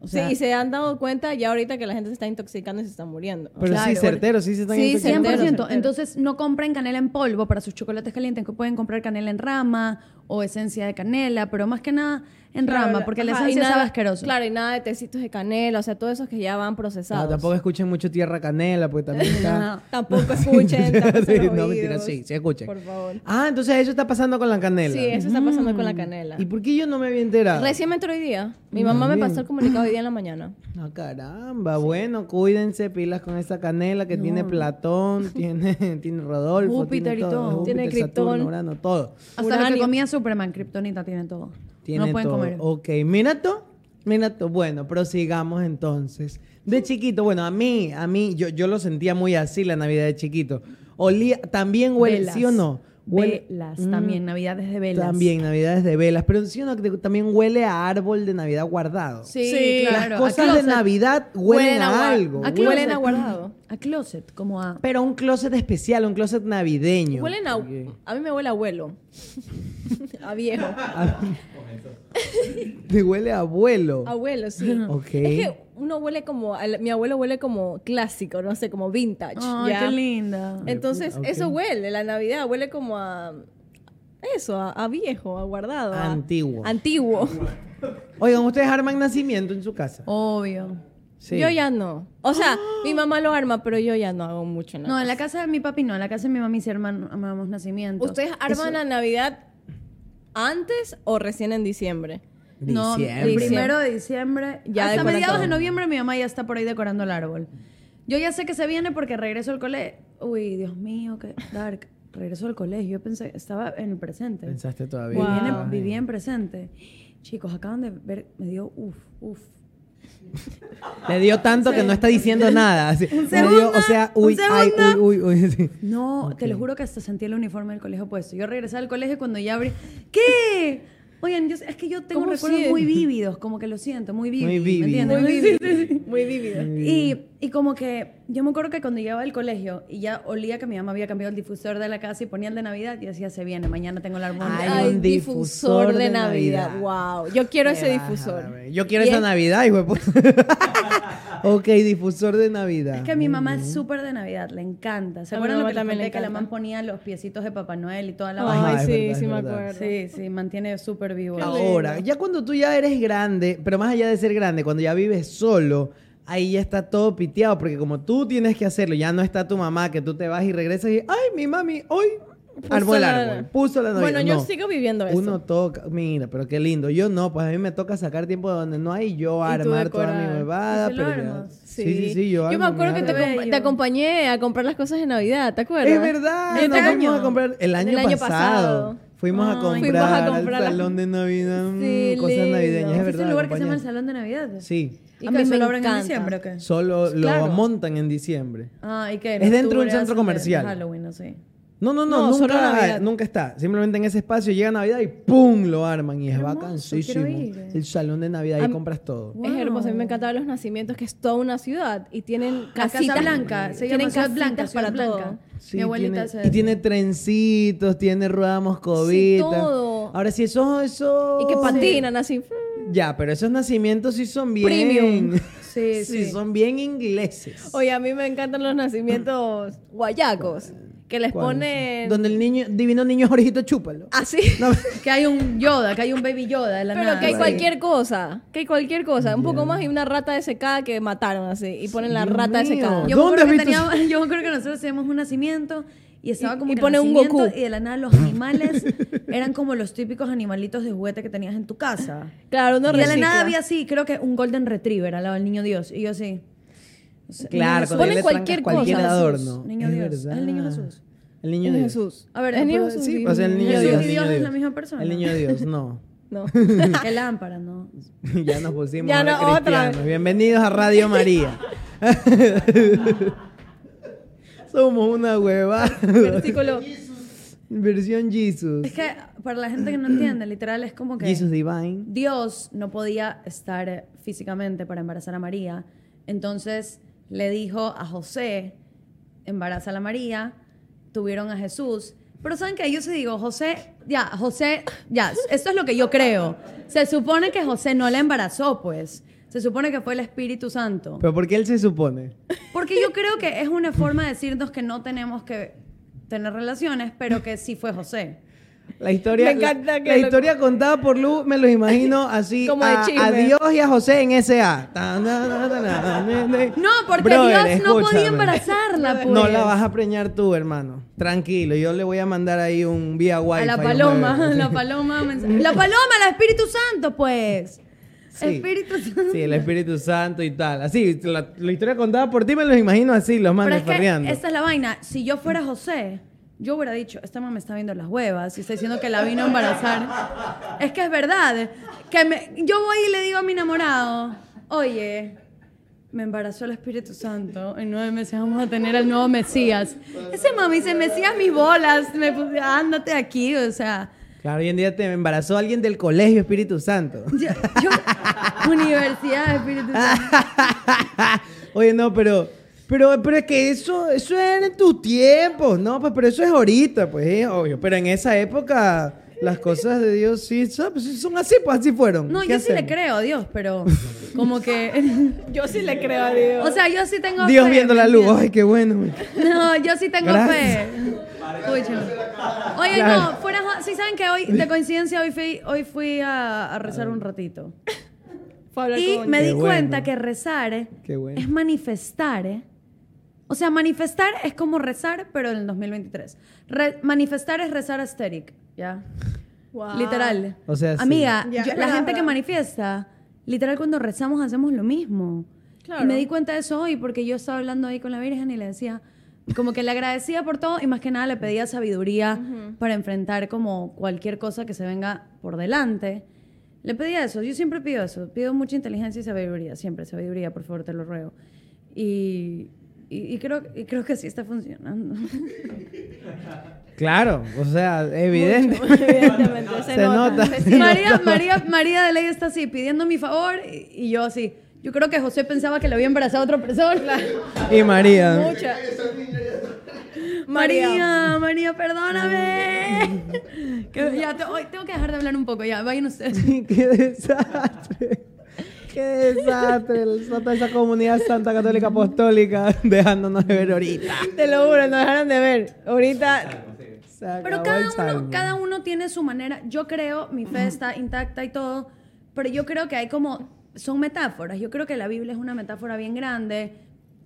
B: O sea,
C: sí, y se han dado cuenta ya ahorita que la gente se está intoxicando y se está muriendo.
A: Pero sí,
B: Claro.
A: certero, sí se están
C: Sí,
A: intoxicando.
B: 100%.
C: Certero, certero.
B: Entonces, no compren canela en polvo para sus chocolates calientes, que pueden comprar canela en rama o esencia de canela, pero más que nada en rama, porque la
C: Ajá, y
B: esencia
C: nada-
B: sabe asqueroso.
C: Claro, y nada de tecitos de canela, o sea, todos esos que ya van
A: Ah,
C: procesados.
A: tampoco escuchen mucho Tierra Canela, pues también está...
C: Tampoco escuchen. tápense
A: Sí,
C: los
A: no, mentira,
C: oídos.
A: sí, sí escuchen.
C: Por favor.
A: Ah, entonces eso está pasando con la canela. Mm.
C: Sí, eso está pasando con la canela.
A: ¿Y por qué yo no me había enterado?
C: Recién me entró hoy día. Mi mamá me pasó el comunicado hoy día en la mañana.
A: Ah, caramba, bueno, cuídense, pilas con esa canela que tiene Platón, tiene, tiene Rodolfo,
B: Júpiter
A: tiene
B: y
A: todo,
B: todo.
A: Júpiter,
C: Tiene Krypton.
A: Saturno, Urano, todo.
B: Hasta lo que
C: Uranio.
B: comía Superman, Kryptonita tiene todo.
A: Tiene
B: no pueden
A: todo.
B: comer.
A: Ok, mira tú, mira tú. Bueno, prosigamos entonces. De chiquito, bueno, a mí, a mí, yo, yo lo sentía muy así la Navidad de chiquito. Olía, también huele,
B: Velas.
A: ¿sí o no? Huele-
B: velas
A: Mm.
B: también, navidades de velas.
A: También navidades de velas, pero sí uno que también huele a árbol de Navidad guardado.
B: Sí,
C: Sí,
B: claro.
A: Las
B: a
A: cosas de
B: closet.
A: Navidad huelen,
C: Huelen a
A: a,
C: gua-
A: algo.
C: a
A: huelen-
C: closet. Huelen a guardado.
B: A closet, como a...
A: Pero un closet especial, un closet navideño.
C: Huelen a, a mí me huele a abuelo. a viejo.
A: Te huele a abuelo.
C: Abuelo, sí.
A: Ok.
C: Es que uno huele como, al- mi abuelo huele como clásico, no sé, como vintage.
B: Ay,
C: ¿ya?
B: qué linda.
C: Entonces,
A: Ok.
C: eso huele, la Navidad huele como a eso, a, a viejo, a guardado. a-
A: Antiguo.
C: Antiguo.
A: Oigan, ustedes arman nacimiento en su casa.
B: Obvio.
A: Sí.
C: Yo ya no. O sea, mi mamá lo arma, pero yo ya no hago mucho
B: No,
C: nada.
B: en la casa de mi papi no, en la casa de mi mamá y mi hermano amamos nacimiento.
C: ¿Ustedes arman la Navidad antes o recién en diciembre?
B: No, el
A: Diciembre.
B: primero de diciembre.
C: Ya
B: hasta
C: decoran
B: mediados de
C: todo.
B: noviembre mi mamá ya está por ahí decorando el árbol. Yo ya sé que se viene porque regreso al colegio. Uy, Dios mío, qué dark. Regreso al colegio. Yo pensé, estaba en el presente.
A: Pensaste todavía.
B: Viví, en,
A: Ay.
B: el- viví en presente. Chicos, acaban de ver, me dio uff, uff.
A: Le dio tanto que no está diciendo nada. así. Le dio,
B: segundo,
A: o sea,
B: un
A: uy, ay,
B: segundo.
A: uy, uy, uy. sí.
B: No, te lo juro que hasta sentí el uniforme del colegio puesto. Yo regresé al colegio cuando ya abrí. ¿Qué? Oigan, yo- es que yo tengo
C: ¿Cómo
B: recuerdos
C: sientes?
B: muy vívidos, como que lo siento, muy vívidos.
A: Muy vívido.
B: ¿me entiendes?
A: Muy
B: Sí, sí, sí.
C: Muy vívida.
B: Y,
A: Mm.
B: y como que yo me acuerdo que cuando llegaba al colegio y ya olía que mi mamá había cambiado el difusor de la casa y ponía el de Navidad y decía, se viene, mañana tengo el árbol.
A: Ay,
C: Ay,
A: un difusor
C: difusor de,
A: de
C: Navidad.
A: Navidad.
C: Wow. Yo quiero
A: Qué
C: ese
A: baja,
C: difusor.
A: la verdad. Yo quiero
C: Y
A: esa
C: es-
A: Navidad, hijo de puta. ok, difusor de Navidad.
B: Es que mi mamá es súper de Navidad, le encanta. ¿Se
C: A mi
B: acuerdan lo
C: mamá
B: que les
C: también le
B: conté que la
C: encanta.
B: mamá ponía los piecitos de Papá Noel y toda la
A: Ajá,
C: Ay,
A: es
C: sí,
A: verdad, es
C: sí me
A: verdad.
C: acuerdo.
B: Sí, sí, mantiene súper vivo.
C: Qué lindo.
A: Ahora, ya cuando tú ya eres grande, pero más allá de ser grande, cuando ya vives solo, ahí ya está todo piteado, porque como tú tienes que hacerlo, ya no está tu mamá, que tú te vas y regresas y, ay, mi mami, hoy
C: Puso
A: armó el
C: la-
A: árbol, puso la Navidad.
C: Bueno, yo
A: No.
C: sigo viviendo eso.
A: Uno toca, mira, pero qué lindo. Yo no, pues a mí me toca sacar tiempo de donde no hay, y yo
C: Y tú
A: armar toda mi
C: decorar.
A: huevada.
B: ¿Y si lo
A: pero ya-
B: armas?
A: sí. sí, sí, yo
C: me
A: armo mi
C: acuerdo que te,
A: árbol.
C: acom-
B: Bello.
C: te acompañé a comprar las cosas de Navidad, ¿te acuerdas?
A: Es verdad,
C: Este
A: nos fuimos a
C: año.
A: comprar el año,
C: Del año
A: pasado.
C: pasado.
A: Fuimos a
B: Ay,
A: comprar,
C: fuimos a comprar
A: al
C: la-
A: salón de Navidad, mm,
C: Sí,
A: cosas
C: lindo.
A: navideñas, es
B: ¿Existe
A: verdad.
B: un lugar que se llama el
A: acompañan.
B: Salón de Navidad?
A: Sí,
B: ¿Y
C: A
B: que
C: mí
B: solo
C: me
B: abren en
C: encanta.
B: diciembre o qué?
A: solo
C: Claro.
A: lo montan en diciembre.
B: Ah, ¿y qué? En
A: Es dentro de un
B: octubre
A: centro
B: hacen
A: comercial.
B: Halloween, no sé.
A: No, no, no,
C: No, solo
A: nunca,
C: Navidad.
A: nunca está. Simplemente en ese espacio llega Navidad y ¡pum! lo arman y es
B: Hermoso,
A: vacancísimo.
B: quiero ir.
A: El salón de Navidad y
C: Am-
A: compras todo.
B: Wow.
C: Es hermoso, a mí me encantaban los nacimientos, que es toda una ciudad y tienen casitas.
B: Casa Blanca, se llama
C: tienen
B: Ciudad
C: casitas
B: Blanca,
C: para
B: Ciudad Blanca.
C: todo.
A: Sí,
B: Mi abuelita
A: tiene-
B: se...
A: Y tiene trencitos, tiene rueda moscovita.
C: Sí, todo.
A: Ahora sí, esos, esos...
C: Y que patinan así.
A: Ya, pero esos nacimientos sí son bien...
C: Premium.
B: Sí,
A: sí,
B: sí.
A: son bien ingleses.
C: Oye, a mí me encantan los nacimientos guayacos, que les
A: ¿Cuál?
C: ponen Ah.
A: Donde el niño, divino niño Jorgito, chúpalo.
C: así,
A: No,
B: Que hay un Yoda, que hay un baby Yoda de la
C: pero
B: nada.
C: que hay
B: Sí.
C: cualquier cosa, que hay cualquier cosa, un
A: Ya.
C: poco más y una rata desecada que mataron así, y ponen la
A: Dios
C: rata desecada.
A: mío.
B: Yo
A: ¿Dónde
B: creo que
A: has visto
B: teníamos- yo creo que nosotros teníamos un nacimiento y estaba
C: Y-
B: como
C: y
B: que
C: pone un
B: nacimiento
C: Goku.
B: y de la nada los animales eran como los típicos animalitos de juguete que tenías en tu casa.
C: Claro, uno
B: y de la
C: recicla.
B: nada había así, creo que un golden retriever al lado del niño Dios y yo así. o sea,
A: Claro,
B: niño Jesús.
A: cuando
C: Ponen
A: le
C: cualquier
A: trancas cualquier
C: cosa.
A: adorno.
B: Niño
A: Es
B: Dios.
A: verdad.
B: El niño Jesús.
A: El niño
C: Niño
A: Dios.
C: Jesús.
B: A ver,
C: El niño
B: pero-
C: Jesús,
A: Sí,
C: sí.
A: o sea, el niño
B: Jesús
A: Dios.
B: y Dios
A: niño
B: es la misma persona.
A: El niño Dios, no.
C: No.
B: Qué lámpara, ¿no?
A: ya nos pusimos
C: Ya
A: ahora
C: no, otra
A: cristianos.
C: vez.
A: Bienvenidos a Radio María. Somos una hueva.
C: Versículo.
A: Versión Jesus.
B: Es que para la gente que no entiende, literal es como que
A: Jesus Divine.
B: Dios no podía estar físicamente para embarazar a María. Entonces le dijo a José, embaraza a la María, tuvieron a Jesús. Pero saben que yo sí digo, José, ya, José, ya, esto es lo que yo creo. Se supone que José no la embarazó, pues. Se supone que fue el Espíritu Santo.
A: Pero ¿por qué él se supone?
B: Porque yo creo que es una forma de decirnos que no tenemos que tener relaciones, pero que sí fue José.
A: La historia,
C: Me encanta
A: la,
C: que
A: la
C: lo-
A: historia contada por Lu, me lo imagino así
C: Como de
A: a,
C: chisme.
A: a Dios y a José en S.A. Tan, tan, tan, tan, tan, tan, tan.
B: No, porque
A: Brother,
B: Dios no podía
A: escúchame.
B: embarazarla, pues.
A: No la vas a preñar tú, hermano. Tranquilo, yo le voy a mandar ahí un vía wifi.
B: A la
A: un
B: paloma,
A: huevo.
B: la paloma. mensa- La paloma, la Espíritu Santo, pues.
A: Sí.
B: Espíritu Santo.
A: Sí, el Espíritu Santo y tal. Así, la, la historia contada por ti me los imagino así, los
B: Pero
A: manes
B: es que
A: farreando.
B: esta es la vaina. Si yo fuera José, yo hubiera dicho, esta mamá me está viendo las huevas y está diciendo que la vino a embarazar. Es que es verdad. Que me- yo voy y le digo a mi enamorado, oye, Me embarazó el Espíritu Santo. En nueve meses vamos a tener al nuevo Mesías. Ese mami dice, Mesías, mis bolas. Me puse, ándate de aquí. O sea,
A: Claro, hoy en día te embarazó alguien del colegio Espíritu Santo.
B: yo, yo- Universidad Espíritu Santo.
A: Oye, no, pero, pero, pero es que eso, eso era en tus tiempos, ¿no? Pues, pero eso es ahorita, pues, es obvio. Pero en esa época, las cosas de Dios sí son, pues, son así, pues así fueron.
B: No,
A: ¿Qué
B: yo sí le
A: hacemos?
B: creo a Dios, pero como que...
C: Yo sí le creo a Dios.
B: O sea, yo sí tengo
A: Dios
B: fe,
A: viendo
B: ¿me
A: la luz,
B: entiendes?
A: ay, qué bueno. güey.
B: No, yo sí tengo
A: Gracias.
B: fe. Escúchame. Oye,
A: Claro.
B: no, fuera... Sí saben que hoy, de coincidencia, hoy fui, hoy fui a- a rezar un ratito.
C: Fue a hablar
B: Y
C: con
B: me
A: Qué
B: di
A: bueno.
B: cuenta que rezar eh,
A: Qué bueno.
B: es manifestar. ¿eh? O sea, manifestar es como rezar, pero en el 2023. Re- manifestar es rezar asteric, ¿ya?
C: Wow.
B: Literal.
A: O sea, sí.
B: Amiga,
C: Ya.
B: yo- la
C: Verdad,
B: gente que
C: verdad.
B: manifiesta, literal cuando rezamos hacemos lo mismo.
C: Claro.
B: Y me di cuenta de eso hoy porque yo estaba hablando ahí con la Virgen y le decía, como que le agradecía por todo y más que nada le pedía sabiduría para enfrentar como cualquier cosa que se venga por delante. Le pedía eso, yo siempre pido eso, pido mucha inteligencia y sabiduría, siempre sabiduría, por favor, te lo ruego. Y, y- y creo, y creo que sí está funcionando.
A: Claro, o sea, evidente.
C: Mucho, evidentemente, se nota.
A: se
B: María,
A: nota.
B: María, María de Ley está así, pidiendo mi favor y, y yo así. Yo creo que José pensaba que le había embarazado a otra persona.
A: Y María.
C: Mucha.
B: María, María, perdóname. Que ya, te- hoy tengo que dejar de hablar un poco, ya, vayan ustedes.
A: qué desastre. Qué desastre. Toda esa comunidad santa católica apostólica dejándonos de ver ahorita.
C: Te lo juro, nos dejaron de ver. Ahorita.
A: Se acabó
B: Pero
A: el
B: cada uno,
A: salmo.
B: cada uno tiene su manera. Yo creo, mi fe está intacta y todo, pero yo creo que hay como, son metáforas. Yo creo que la Biblia es una metáfora bien grande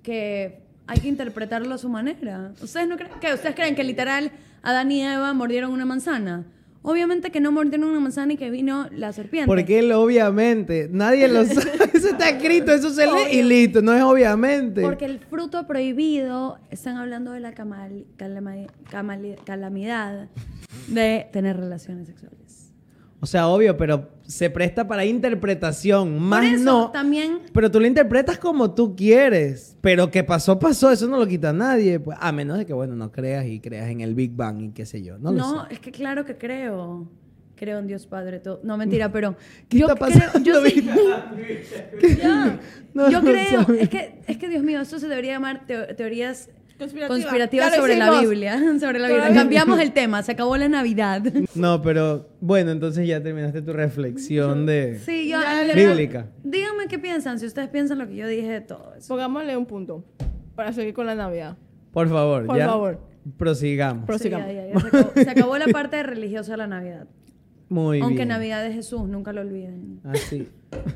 B: que hay que interpretarlo a su manera. ¿Ustedes no creen? ¿Qué? ¿Ustedes creen que literal Adán y Eva mordieron una manzana? Obviamente que no mordieron una manzana y que vino la serpiente.
A: Porque él obviamente, nadie lo sabe, eso está escrito, eso se lee y listo, no es obviamente.
B: Porque el fruto prohibido, están hablando de la camal- calama- camali- calamidad de tener relaciones sexuales.
A: O sea, obvio, pero se presta para interpretación, más
B: Por eso
A: no.
B: también
A: Pero tú lo interpretas como tú quieres, pero que pasó, pasó, eso no lo quita nadie, pues, a menos de que, bueno, no creas y creas en el Big Bang y qué sé yo, no
B: No,
A: lo sé.
B: es que claro que creo. Creo en Dios Padre todo. No, mentira, pero
A: Mm. ¿Qué
B: yo
A: está
B: creo,
A: pasando,
B: yo sí- Ya.
A: No,
B: yo
A: no
B: creo,
A: sabe.
B: es que es que Dios mío, eso se debería llamar teo- teorías
C: Conspirativa.
B: conspirativas
C: Ya lo
B: sobre la
C: hicimos.
B: Biblia, sobre la
C: Ya lo
B: Biblia.
C: hicimos.
B: Cambiamos el tema, se acabó la Navidad.
A: No, pero bueno, entonces ya terminaste tu reflexión de...
B: Sí, yo
C: Ya,
B: de verdad,
A: bíblica.
B: Díganme qué piensan, si ustedes piensan lo que yo dije de todo eso.
C: Pongámosle un punto para seguir con la Navidad.
A: Por favor,
C: Por
A: ya
C: favor.
A: prosigamos.
C: Pro-
B: Sí, ya,
C: Prosigamos.
B: ya, ya se, acabó, se acabó la parte religiosa de la Navidad.
A: Muy
B: Aunque
A: bien.
B: Navidad es Jesús, nunca lo olviden.
A: Así.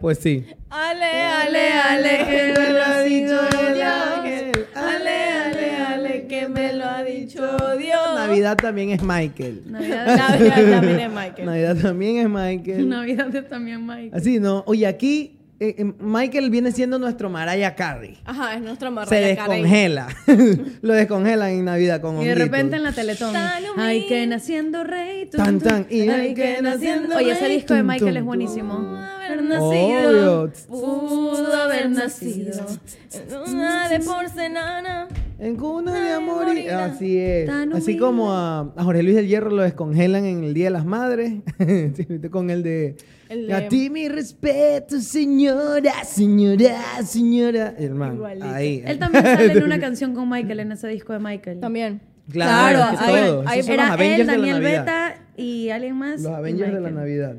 A: pues sí.
C: Ale,
B: ale, ale, que me lo ha dicho el ángel.
A: Ale, ale, ale,
C: que me lo ha dicho Dios.
A: Navidad también es Michael.
B: Navidad,
C: Navidad también es Michael.
A: Navidad también es Michael.
B: Navidad es también Mike.
A: Así, ¿no? Oye, aquí eh, eh, Michael viene siendo nuestro Mariah Carey.
C: Ajá, es nuestra marca.
A: Se descongela. lo descongelan en Navidad con
B: Y de
A: honguitos.
B: repente en la Teletón.
C: Tan humilde.
B: Hay que naciendo rey. tum,
A: Tan, tan,
B: tum.
A: y
B: Ay,
A: hay que naciendo
B: Oye, ese
A: rey,
B: disco de
A: tum,
B: Michael
A: tum,
B: es
A: tum.
B: buenísimo.
C: haber
A: nacido, Obvio.
C: pudo haber nacido. Una de porcelana.
A: En cuna de amor. y-
C: Morina.
A: Así es.
B: Tan
A: Así
B: humilde.
A: como a, a Jorge Luis del Hierro lo descongelan en el Día de las Madres. Sí, ¿viste? con el de,
C: El de-
A: A ti mi respeto, señora, señora, señora. Hermano.
C: Igualito.
A: Ahí.
B: Él también sale en una canción con Michael, en ese disco de Michael.
C: También.
A: Claro, es que
B: ahí-
A: todo. Esos
B: ahí
A: son los
B: era
A: Avengers
B: él,
A: de la
B: Daniel
A: Navidad.
B: Beta y alguien más.
A: Los
B: y
A: Avengers de la
B: Michael.
A: Navidad.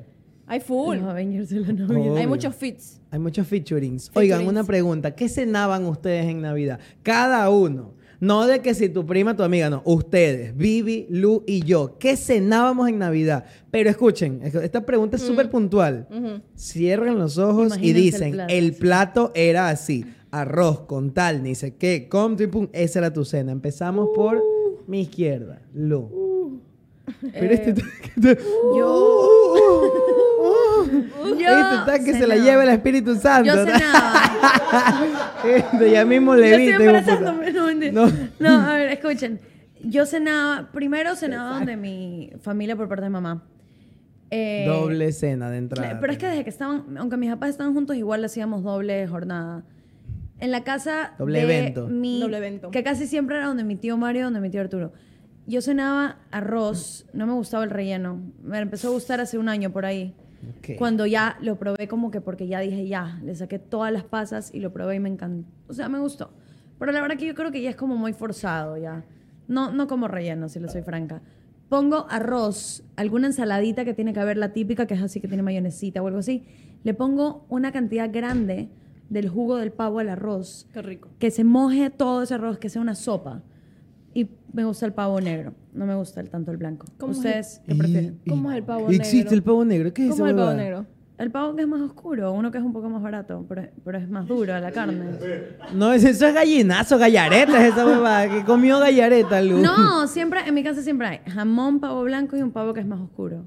C: Hay full.
B: Los Avengers de la Navidad.
A: Obvio.
C: Hay muchos fits.
A: Hay muchos featurings. Oigan,
C: Featurings.
A: una pregunta. ¿Qué cenaban ustedes en Navidad? Cada uno. No de que si tu prima, tu amiga, no. Ustedes, Vivi, Lu y yo. ¿Qué cenábamos en Navidad? Pero escuchen, es- esta pregunta es súper puntual. Cierren los ojos
B: Imagínense
A: y
B: el
A: dicen, el plato,
B: plato, sí.
A: era así. Arroz con tal, ni sé qué, con tu y pum. Esa era tu cena. Empezamos por
B: Uh.
A: mi izquierda, Lu. Pero este...
B: Eh. Uh.
A: yo... Este está que se la
B: cenaba.
A: lleva el Espíritu Santo.
B: Yo cenaba.
A: Este, ya mismo
B: Yo
A: le
B: estoy
A: vi. pues,
B: embarazándome, no, mentira.
A: No.
B: No, a ver, escuchen. Yo cenaba, primero cenaba donde mi familia por parte de mamá. Eh,
A: Doble cena de
B: Cla-
A: entrada.
B: Pero es que desde que estaban, aunque mis papás estaban juntos, igual hacíamos doble jornada. En la casa. de
A: Doble evento.
B: mi-
C: Doble evento.
B: Que casi siempre era donde mi tío Mario, donde mi tío Arturo. Yo cenaba arroz, no me gustaba el relleno. Me empezó a gustar hace un año por ahí.
A: Ok.
B: Cuando ya lo probé, como que porque ya dije ya, le saqué todas las pasas y lo probé y me encantó. O sea, me gustó. Pero la verdad que yo creo que ya es como muy forzado ya. No, no como relleno, si le soy franca. Pongo arroz, alguna ensaladita que tiene que haber, la típica, que es así que tiene mayonesita o algo así. Le pongo una cantidad grande del jugo del pavo al arroz.
C: Qué rico.
B: Que se moje todo ese arroz, que sea una sopa. Y me gusta el pavo negro. No me gusta el, tanto el blanco.
C: ¿Cómo es el-
B: ¿Ustedes qué
A: Y-
B: prefieren?
A: y-
C: ¿Cómo es el pavo
A: ¿Existe
C: negro?
A: el pavo negro? ¿Qué es
C: ¿Cómo
A: esa
C: el pavo
A: huevada?
C: negro?
B: El pavo que es más oscuro, uno que es un poco más barato, pero, pero es más duro la carne.
A: No, es- eso es gallinazo, gallareta, es esa huevada. Que comió gallareta, Lu.
B: No, siempre, en mi casa siempre hay jamón, pavo blanco y un pavo que es más oscuro.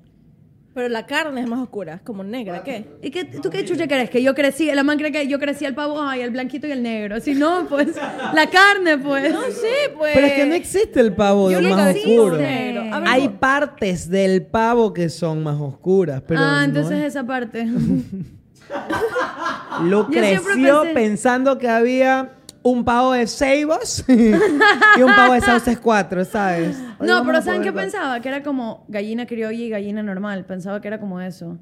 C: Pero la carne es más oscura, es como negra, ¿qué?
B: ¿Y qué, tú qué chucha crees? Que yo crecí, la man cree que yo crecí el pavo, ay, el blanquito y el negro. Si no, pues, la carne, pues.
C: No sé, pues.
A: Pero es
B: eh,
A: que no existe el pavo
C: Yo
A: de
C: nunca
A: más
C: he visto
A: oscuro.
C: negro. A ver,
A: Hay
C: ¿cómo?
A: partes del pavo que son más oscuras, pero
B: ah,
A: no
B: entonces
A: es-
B: esa parte. Yo
A: Lu
B: siempre
A: creció
B: pensé-
A: pensando que había un pavo de Seibos y un pavo de Sauces 4, ¿sabes? Hoy
B: No,
A: vamos
B: pero
A: a
B: ¿saben qué
A: poder-
B: pensaba? Que era como gallina criolla y gallina normal. Pensaba que era como eso.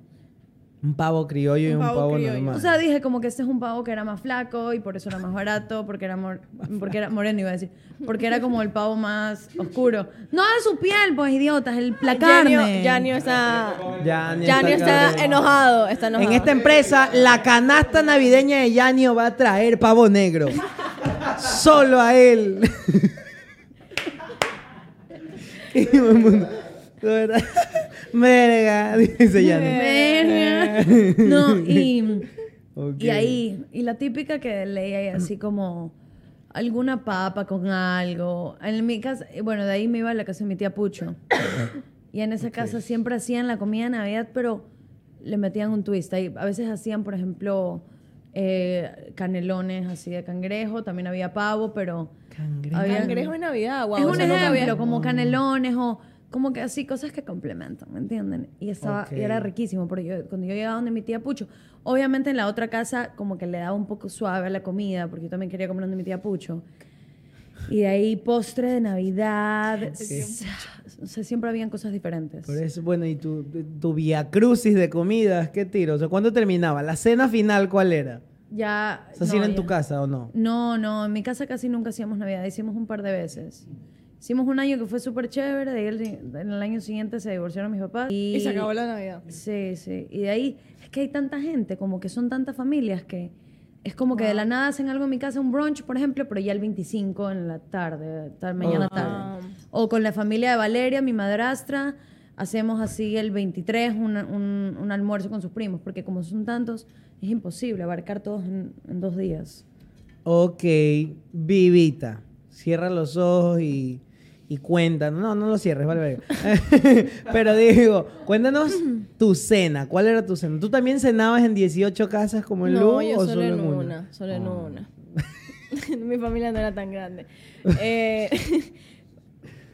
A: Un pavo criollo y
C: Un
A: un
C: pavo
A: pavo,
C: criollo.
A: normal.
B: O sea, dije como que este es un pavo que era más flaco y por eso era más barato, porque era, mor- porque era moreno, iba a decir. Porque era como el pavo más oscuro. No de su piel, pues, idiotas, el, la
C: Yanio-
B: carne.
C: Yanio está.
A: Yanio
C: Yanio está
A: cabrón.
C: enojado, está enojado.
A: En este esta empresa, la canasta navideña de Yanio va a traer pavo negro. Solo a él. Y todo el mundo, de verdad, Verga, dice Yanio.
B: Verga. No, y,
A: Ok.
B: y ahí, y la típica que leía ahí, así como alguna papa con algo. En mi casa, bueno, de ahí me iba a la casa de mi tía Pucho. Y en esa casa siempre hacían la comida de Navidad, pero le metían un twist. Ahí, a veces hacían, por ejemplo, eh, canelones así de cangrejo. También había pavo, pero...
A: Cangrejo.
B: había-
C: Cangrejo de Navidad, guau.
B: es
C: o
B: un
C: sea, nunca había-
B: ejemplo, como canelones o como que así, cosas que complementan, ¿me entienden? Y estaba, y era
A: Ok.
B: riquísimo, porque yo, cuando yo llegaba donde mi tía Pucho, obviamente en la otra casa como que le daba un poco suave a la comida, porque yo también quería comer donde mi tía Pucho. Y de ahí postre de Navidad, o sea, siempre habían cosas diferentes.
A: Por eso, bueno, y tu, tu vía crucis de comidas, ¿qué tiro? O sea, ¿cuándo terminaba? ¿La cena final cuál era?
B: Ya...
A: O sea, si era en
B: ya.
A: tu casa o no?
B: No, no, en mi casa casi nunca hacíamos Navidad, hicimos un par de veces. Hicimos un año que fue súper chévere, de ahí el- en el año siguiente se divorciaron mis papás.
C: Y se acabó la Navidad.
B: Sí, sí. Y de ahí es que hay tanta gente, como que son tantas familias que es como que de la nada hacen algo en mi casa, un brunch, por ejemplo, pero ya el 25 en la tarde, tal-
C: Oh,
B: mañana
A: Ok.
B: tarde. O con la familia de Valeria, mi madrastra, hacemos así el 23 una- un, un almuerzo con sus primos, porque como son tantos, es imposible abarcar todos en, en dos días.
A: Ok, Vivita, cierra los ojos y, y cuéntanos. No, no lo cierres, vale, verga. Pero digo, cuéntanos tu cena. ¿Cuál era tu cena? ¿Tú también cenabas en 18 casas como en
C: no,
A: Lugo
C: yo
A: o
C: solo, en una,
A: una? Ah,
C: solo en una. Mi familia no era tan grande. Eh,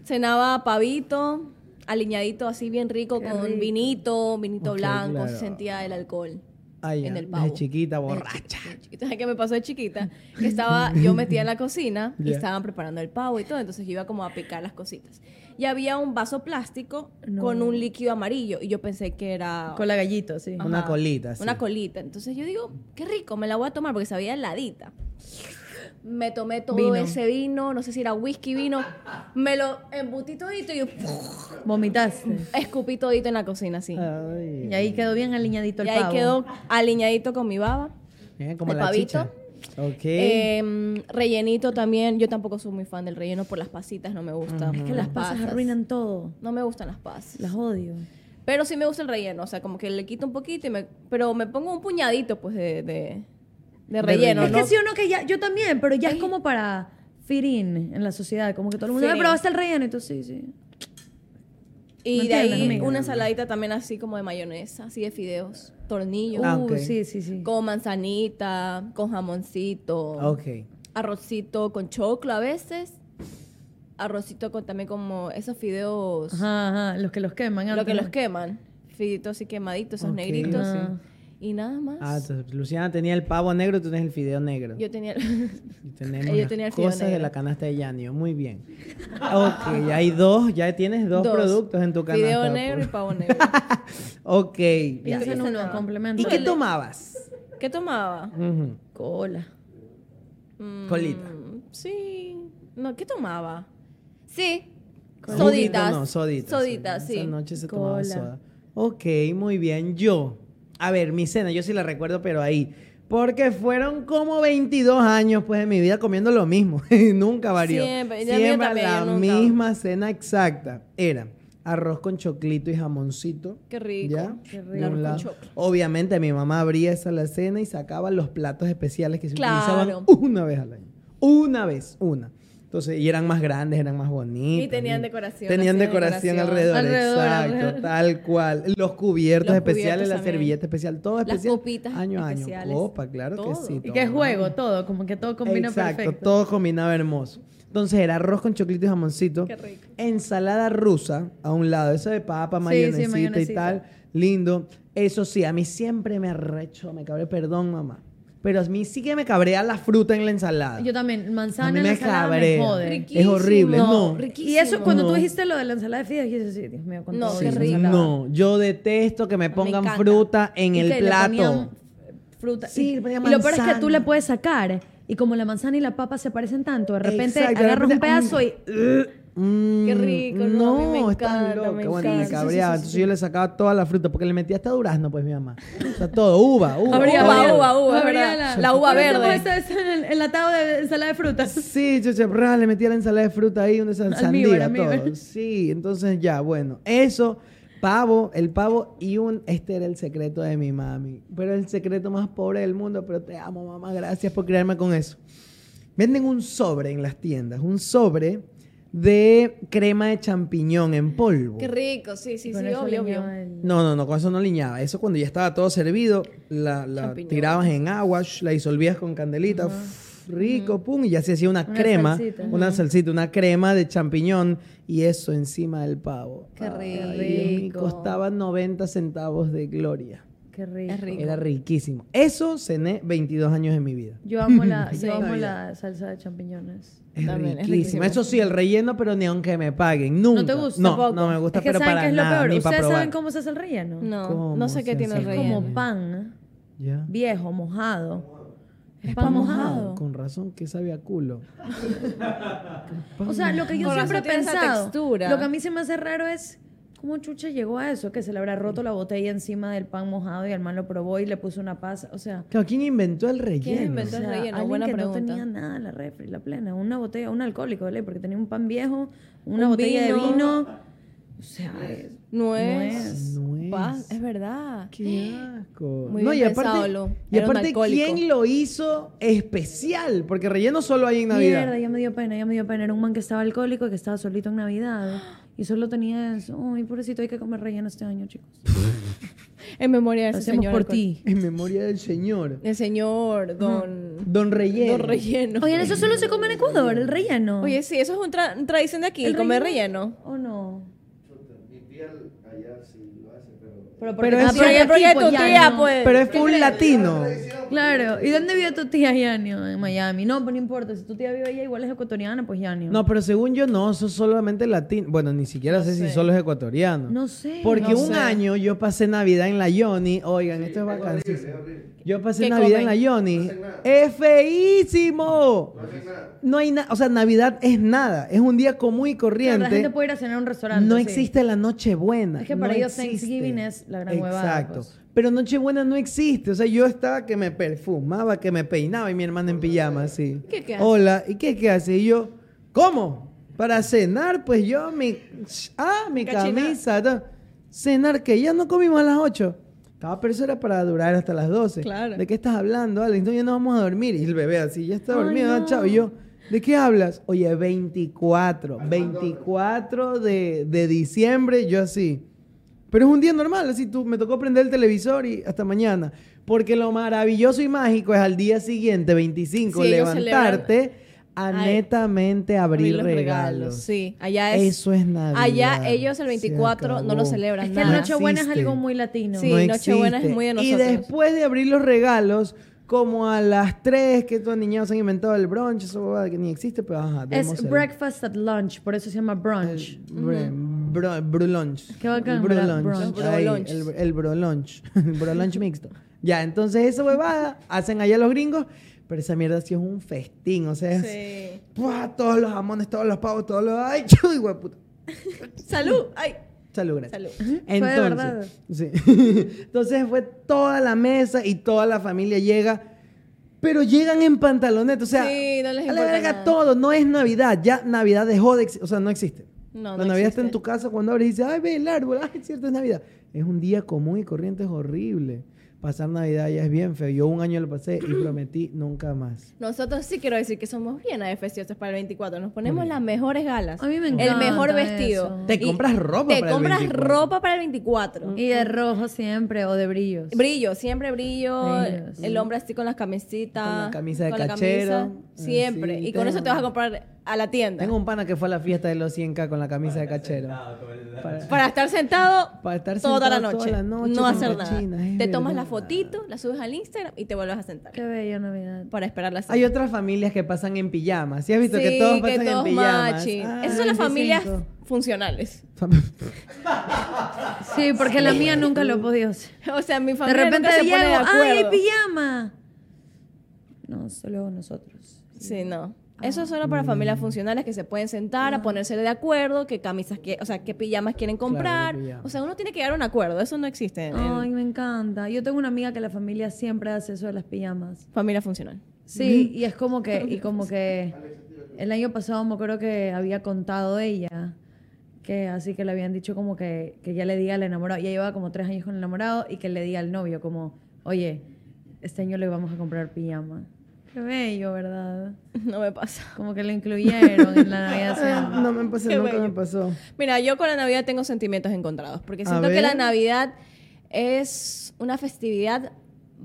C: cenaba pavito, aliñadito así bien rico
B: Qué
C: con
B: rico.
C: vinito, vinito
A: Ok,
C: blanco,
A: claro.
C: se sentía el alcohol.
A: Ah, ya,
C: en el
A: desde
C: pavo.
A: chiquita,
C: Desde
A: borracha.
C: chiquita, chiquita. ¿Sabes qué me pasó de chiquita? Que estaba yo metía en la cocina y
A: Ya.
C: estaban preparando el pavo y todo, entonces yo iba como a picar las cositas. Y había un vaso plástico
B: No.
C: con un líquido amarillo y yo pensé que era
B: Con la gallito, sí.
C: Ah.
A: Una colita, sí.
C: Una colita. Entonces yo digo, qué rico, me la voy a tomar porque sabía heladita. Me tomé todo
B: Vino.
C: ese vino, no sé si era whisky, vino, me lo embutí todito y yo
B: Vomitaste.
C: escupí todito en la cocina así.
A: Ay,
B: Y ahí quedó bien aliñadito
C: y
B: Ah. el
C: ahí
B: pavo.
C: quedó aliñadito con mi baba.
A: mira, como
C: el
A: la
C: pavito.
A: chicha. Ok.
C: Eh, rellenito también, yo tampoco soy muy fan del relleno por las pasitas, no me gusta.
B: Es que las pasas arruinan todo.
C: No me gustan las pasas.
B: Las odio.
C: Pero sí me gusta el relleno, o sea, como que le quito un poquito, y me, pero me pongo un puñadito pues de, de- de relleno.
B: Es que
C: ¿no?
B: sí o no que ya, yo también, pero ya es como para fit in en la sociedad, como que todo el mundo,
C: Fit
B: "Ay,
C: in.
B: probaste el relleno, y tú sí, sí. ¿Me
C: Y de
B: entiendes,
C: ahí
B: amiga?
C: una ensaladita también así como de mayonesa, así de fideos, tornillos,
A: Ah,
B: Uh,
A: ok.
B: sí, sí, sí.
C: con manzanita, con jamoncito,
B: Ah,
A: ok.
C: arrocito con choclo a veces, arrocito con también como esos fideos,
B: Ajá, ajá, los que los queman.
C: lo
B: antes.
C: que los queman. friditos así quemaditos, esos
A: Ok, Ah,
C: negritos.
A: sí.
C: Y nada más.
A: Ah, entonces Luciana tenía el pavo negro, tú tenías el fideo negro.
C: Yo tenía...
A: Y tenemos
C: Yo
A: las
C: tenía el fideo
A: cosas de
C: negro.
A: la canasta de Yanio. Muy bien. Ok, ya hay dos, ya tienes dos, productos en tu canasta. pues.
C: Video negro y
A: por-
C: pavo negro.
A: Ok, ya.
B: Piensa en uno, complemento.
A: ¿Y qué tomabas?
C: ¿Qué tomaba?
A: Ujú.
B: Cola.
C: Mm,
A: Colita.
C: Sí. No, ¿qué tomaba? Sí.
A: Con
C: Soditas.
A: juguito, no, soditas.
C: Soditas, sí.
A: Esa noche se tomaba
B: Cola.
A: soda. Ok, muy bien. Yo, a ver, mi cena, yo sí la recuerdo, pero ahí. Porque fueron como 22 años, pues, de mi vida comiendo lo mismo. Y nunca varió.
C: Siempre, ya
A: Siempre
C: mío también,
A: la
C: yo nunca.
A: misma cena exacta. Era arroz con choclito y jamoncito.
C: Qué rico.
A: ¿Ya?
C: Qué
A: De
C: rico.
A: un
C: Arroz con
A: lado.
C: choclo.
A: Obviamente mi mamá abría esa la cena y sacaba los platos especiales que se
C: Claro.
A: utilizaban una vez al año. Una vez, una. Entonces, y eran más grandes, eran más bonitos.
C: Y tenían decoración,
A: Tenían
C: hacían
A: decoración,
C: decoración.
A: alrededor,
C: Alrededor,
A: exacto,
C: alrededor.
A: tal cual. Los cubiertos
C: Los
A: especiales,
C: cubiertos
A: la
C: también.
A: servilleta especial, todo
C: Las
A: especial.
C: copitas
A: año a
C: especiales.
A: año. Copa, claro que
C: Todo.
A: sí.
B: Y qué
A: todo.
B: juego, todo, como que todo combina
A: Exacto,
B: perfecto.
A: todo combinaba hermoso. Entonces era arroz con choclito y jamoncito.
C: Qué rico.
A: Ensalada rusa a un lado, eso de papa,
B: Sí, sí,
A: mayonesita,
B: mayonesita.
A: y tal, lindo. Eso sí, a mí siempre me arrecho, me cabré, perdón mamá, pero a mí sí que me cabrea la fruta en la ensalada.
B: Yo también, manzana
A: a mí
B: en la
A: me
B: ensalada me
A: cabrea,
B: jode.
A: es horrible, no.
C: Riquísimo, riquísimo.
B: Y eso, cuando tú
A: No.
B: dijiste lo de la ensalada de fideos, yo dije, sí, Dios mío, con
C: No,
B: todo
C: qué
B: eso,
C: rico.
B: ensalada.
A: No, yo detesto que me pongan
C: encanta.
A: fruta en
B: Y
A: el
B: que le
A: plato.
B: ponían Fruta.
A: Sí,
B: y,
A: le ponían
B: y lo peor es que tú
A: manzana.
B: le puedes sacar. Y como la manzana y la papa se parecen tanto, de repente
A: Exacto, de
B: agarras un
A: repente, ah,
B: pedazo y.
A: Mm,
C: Qué rico, no, a mí me encanta, me
A: Bueno, me
C: encanta.
A: cabreaba. Entonces yo le sacaba toda la fruta, porque le metía hasta durazno, pues mi mamá. O sea, todo, uva, uva.
C: Habría
A: uva,
C: uva, uva, uva,
B: Abría
C: ¿verdad? La uva
B: Por eso
C: verde.
B: puede ser el enlatado de ensalada de frutas.
A: Sí, chucha, bra, le metía la ensalada de fruta ahí, una sal-
B: Almíbar,
A: sandía,
B: almíbar.
A: todo. Sí, entonces ya, bueno, eso, pavo, el pavo y un, este era el secreto de mi mami, pero el secreto más pobre del mundo, pero te amo, mamá, gracias por criarme con eso. Venden un sobre en las tiendas, un sobre de crema de champiñón en polvo.
C: Qué rico, sí, sí,
B: Con
C: sí,
B: eso le
C: obvio, obvio.
B: llama el-
A: No, no, no, con eso no liñaba. Eso cuando ya estaba todo servido, la, la
C: Champiñón.
A: tirabas en agua, sh, la disolvías con candelita, ff, rico, pum, y ya se hacía una,
B: Una
A: crema,
B: salsita.
A: una salsita, una crema de champiñón y eso encima del pavo.
C: Qué
A: Dios mío,
C: rico.
A: costaba 90 centavos de gloria.
B: Qué rico.
C: Es rico.
A: Era riquísimo. Eso cené 22 años de mi vida.
B: Yo amo la,
A: Sí.
B: yo amo
A: Navidad.
B: la salsa de champiñones.
A: Es
C: También, es
A: riquísimo.
C: riquísimo.
A: Eso sí, el relleno, pero ni aunque me paguen. Nunca.
B: ¿No te gusta?
A: No,
B: tampoco?
A: no me gusta,
B: es que
A: pero
B: ¿saben
A: para
B: qué es
A: nada,
B: lo peor?
A: ni para
B: ¿Ustedes saben
A: probar.
B: cómo se hace el relleno?
C: No,
A: ¿Cómo
C: no sé qué
A: se
C: tiene el
A: hace?
B: Es
C: relleno.
B: como pan
A: Ya.
B: viejo, mojado.
C: Es
B: pan
C: pan
B: mojado.
C: mojado.
A: Con razón que sabe a culo.
B: O sea, lo que yo
C: Con
B: siempre he
C: razón tiene esa
B: pensado,
C: textura.
B: lo que a mí se me hace raro es cómo Chucha llegó a eso, que se le habrá roto la botella encima del pan mojado y el man lo probó y le puso una pasa, o sea,
A: Claro, ¿quién inventó el relleno?
C: ¿Quién inventó el
B: o sea,
C: relleno?
B: alguien
C: Buena
B: que
C: pregunta.
B: no tenía nada en la refri, la plena, una botella, un alcohólico, ¿vale? Porque tenía un pan viejo, una
C: Un
B: botella de
C: vino.
B: vino, o sea, es-
C: Nuez.
A: Nuez.
C: Pa- Es verdad.
A: Qué asco.
C: Muy
A: no, y
C: bien
A: aparte,
C: pensado, Lu.
A: y
C: Era un
A: aparte
C: alcohólico.
A: ¿quién lo hizo especial? Porque relleno solo hay en Navidad.
B: Mierda, ya me dio pena, ya me dio pena. Era un man que estaba alcohólico y que estaba solito en Navidad. Y solo tenía eso. Ay, pobrecito, hay que comer relleno este año, chicos.
C: En memoria de
B: Lo
C: ese
B: hacemos
C: señor.
B: por
C: alcohol-
B: ti.
A: En memoria del señor.
C: El señor Don...
A: Don Relleno.
C: Don Relleno.
B: Oigan, eso solo se come en Ecuador, el relleno.
C: Oye, sí, eso es un tra- tradición de aquí,
B: ¿El
C: comer relleno.
B: ¿O no?
C: Pero,
B: porque- ah,
C: es
B: porque aquí,
C: porque
B: pues,
C: tu
B: ya
C: tía,
B: no.
C: pues.
A: Pero es full latino.
B: Claro. ¿Y dónde vive tu tía Yanio? En Miami. No, pues no importa. Si tu tía vive allá, igual es ecuatoriana, pues Yanio.
A: No, pero según yo no, eso es solamente latino. Bueno, ni siquiera sé, si solo es ecuatoriano.
B: No sé.
A: Porque
B: No
A: un
B: sé.
A: año yo pasé Navidad en la Yoni. Oigan, esto es vacaciones. Yo pasé
C: ¿Qué
A: Navidad
C: comen?
A: en la Yoni. ¡Es feísimo! No hay nada. O sea, Navidad es nada. Es un día común y
B: Claro, la gente
A: corriente.
B: puede ir a cenar a un restaurante.
A: No
B: sí.
A: existe la Nochebuena.
B: Es que para
A: no
B: ellos
A: existe.
B: Thanksgiving es la gran huevada,
A: Exacto.
B: pues.
A: Pero Nochebuena no existe. O sea, yo estaba que me perfumaba, que me peinaba y mi hermana en pijama, así.
C: ¿Qué, qué hace?
A: Hola, ¿y qué, qué hace? Y yo, ¿cómo? Para cenar, pues yo, mi. Ah, mi
C: Cachina.
A: camisa. ta. Cenar, que ya no comimos a las 8. Estaba, pero eso era para durar hasta las 12.
C: Claro.
A: ¿De qué estás hablando, Alex? No, ya no vamos a dormir. Y el bebé así, ya está
B: Ay,
A: dormido, ah,
B: no.
A: chao. Y yo, ¿de qué hablas? Oye, 24. 24 de, de diciembre, yo así. Pero es un día normal, así tú me tocó prender el televisor y hasta mañana. Porque lo maravilloso y mágico es al día siguiente, 25,
C: Sí, ellos
A: levantarte a netamente abrir,
C: los
A: regalos.
C: Sí, allá es.
A: Eso es Navidad.
C: Allá ellos el
A: Se
C: 24 no lo
A: acabó.
C: celebran
B: Es que
C: nada.
A: no
B: Nochebuena es
A: existe.
B: algo muy latino.
C: Sí. Nochebuena es muy de
A: Y
C: nosotros.
A: después de abrir los regalos, como a las 3 que estos niñados han inventado el brunch, eso huevada que ni existe, pero ajá,
B: Es
A: démoselo.
B: breakfast at lunch, por eso se llama brunch.
A: El bre- bro- brulunch.
B: Qué bacán,
A: El
B: ¿verdad?
A: brulunch.
B: Brunch.
C: Los
A: Ahí,
C: brolunch.
A: El, el brolunch. El brolunch mixto. Ya, entonces esa huevada hacen allá los gringos, pero esa mierda sí es un festín, o sea, es-
C: Sí.
A: ¡Puah! todos los jamones, todos los pavos, todos los... ¡Ay, chuy, hueputa!
C: Salud. Ay.
A: Salud, gracias.
C: Salud.
A: Entonces,
B: Fue de verdad.
A: sí. Entonces fue toda la mesa y toda la familia llega, pero llegan en pantaloneta, o sea,
C: Sí, no les
A: a la
C: importa
A: verga
C: nada.
A: todo, no es Navidad, ya Navidad dejó de, ex- o sea, no existe.
C: No, no
A: la Navidad está
C: existe.
A: en tu casa cuando abres y dices, ay, ve el árbol, ay, es cierto, es Navidad. Es un día común y corriente, es horrible. Pasar Navidad ya es bien feo. Yo un año lo pasé y prometí nunca más.
C: Nosotros sí quiero decir que somos bien AFCiosos para el 24. Nos ponemos las mejores galas.
B: A mí me
C: El
B: encanta
C: mejor
B: eso.
C: vestido.
A: Te
C: Y
A: compras ropa
C: Te
A: para el
C: compras
A: 24.
C: ropa para el 24.
B: Y de rojo siempre, o de brillos.
C: Brillo, siempre brillo.
B: Brillos.
C: El hombre así con las camisitas.
A: Con la camisa de
C: con la
A: cachero,
C: camisa, siempre.
A: así,
C: y con eso
A: tengo-
C: te vas a comprar a la tienda.
A: Tengo un pana que fue a la fiesta de los 100K con la camisa de cachero. Para-
C: Para estar sentado,
A: Para estar
C: toda, la
A: sentado
C: noche,
A: toda la noche
C: No
A: con
C: hacer nada.
A: cochinas,
C: te
A: es
C: tomas la
A: verdad.
C: fotito, la subes al Instagram y te vuelves a sentar.
B: Qué bella Navidad.
C: Para esperar la cena.
A: Hay otras familias que pasan en pijamas. ¿Sí has visto
C: Sí,
A: que todos pasan
C: todos
A: en pijamas?
C: machi.
A: Ah,
C: Esas son
A: 25.
C: las familias funcionales.
B: Sí, porque la mía nunca lo he podido hacer.
C: O sea, mi
B: De
C: familia
B: repente
C: nunca se
B: llego,
C: pone de acuerdo.
B: ¡ay, hay pijama! No, solo nosotros.
C: Sí, no. Eso es solo para familias funcionales que se pueden sentar a ponerse de acuerdo, qué camisas, que, o sea, qué pijamas quieren comprar.
A: pijamas.
C: O sea, uno tiene que llegar a un acuerdo. Eso no existe en, en
B: Ay, me encanta. Yo tengo una amiga que la familia siempre hace eso de las pijamas.
C: familia funcional.
B: Sí, y es como que, y como que el año pasado me acuerdo que había contado ella, que así que le habían dicho como que, que ya le diga al enamorado, ya llevaba como tres años con el enamorado, y que le diga al novio como, oye, este año le vamos a comprar pijama. Qué bello, ¿verdad?
C: No me pasa.
B: Como que lo incluyeron en la Navidad.
A: Ah,
B: siempre.
A: no me pasó,
C: Qué
A: nunca
C: bello.
A: me pasó.
C: Mira, yo con la Navidad tengo sentimientos encontrados, porque
A: A
C: siento que
A: ver.
C: la Navidad es una festividad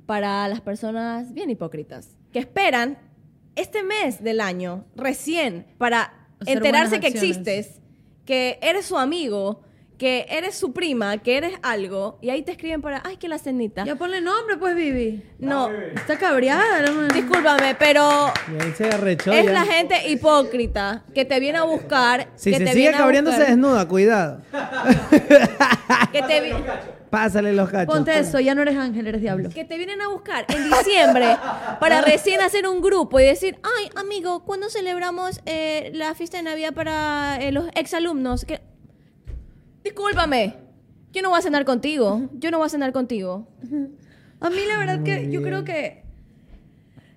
C: para las personas bien hipócritas, que esperan este mes del año recién para
B: Hacer
C: enterarse
B: buenas
C: que
B: acciones.
C: existes, que eres su amigo, que eres su prima, que eres algo, y ahí te escriben para, ay, que la cenita.
B: Ya ponle nombre, pues, Vivi.
C: No,
B: Está cabreada, la man.
C: discúlpame, pero
A: Y ahí se arrechó.
C: es
A: ya.
C: la gente hipócrita que te viene a buscar,
A: Si
C: que
A: se
C: te
A: sigue
C: viene a
A: cabreando, se
C: buscar,
A: desnuda, cuidado.
C: que te vi-
A: Pásale los cachos.
B: Ponte eso, ya no eres ángel, eres diablo.
C: que te vienen a buscar en diciembre para recién hacer un grupo y decir, ay, amigo, ¿cuándo celebramos eh, la fiesta de Navidad para eh, los exalumnos? Que... Discúlpame, yo no voy a cenar contigo, yo no voy a cenar contigo.
B: A mí la verdad que yo creo que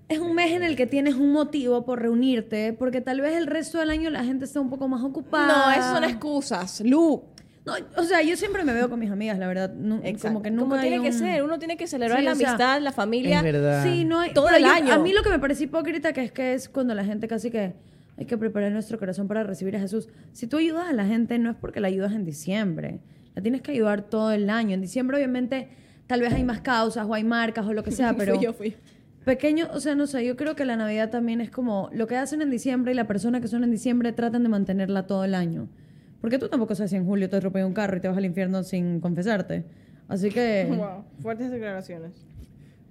B: es un mes en el que tienes un motivo por reunirte, porque tal vez el resto del año la gente está un poco más ocupada.
C: No, esas son excusas, Lu.
B: No, o sea, yo siempre me veo con mis amigas, la verdad. No, como que nunca
C: tiene
B: hay
C: que
B: un-
C: ser, uno tiene que celebrar
B: Sí,
C: la
B: o sea,
C: amistad, la familia.
A: Es verdad.
B: Sí, no hay...
C: Todo
B: pero
C: el
B: yo-
C: año.
B: A mí lo que me parece hipócrita que es que es cuando la gente casi que hay que preparar nuestro corazón para recibir a Jesús. Si tú ayudas a la gente, no es porque la ayudas en diciembre. La tienes que ayudar todo el año. En diciembre, obviamente, tal vez hay más causas o hay marcas o lo que sea, pero...
C: Fui yo, fui.
B: Pequeño, o sea, no sé, yo creo que la Navidad también es como lo que hacen en diciembre y la persona que son en diciembre tratan de mantenerla todo el año. Porque tú tampoco sabes si en julio te atropella un carro y te vas al infierno sin confesarte. Así que...
C: fuertes declaraciones.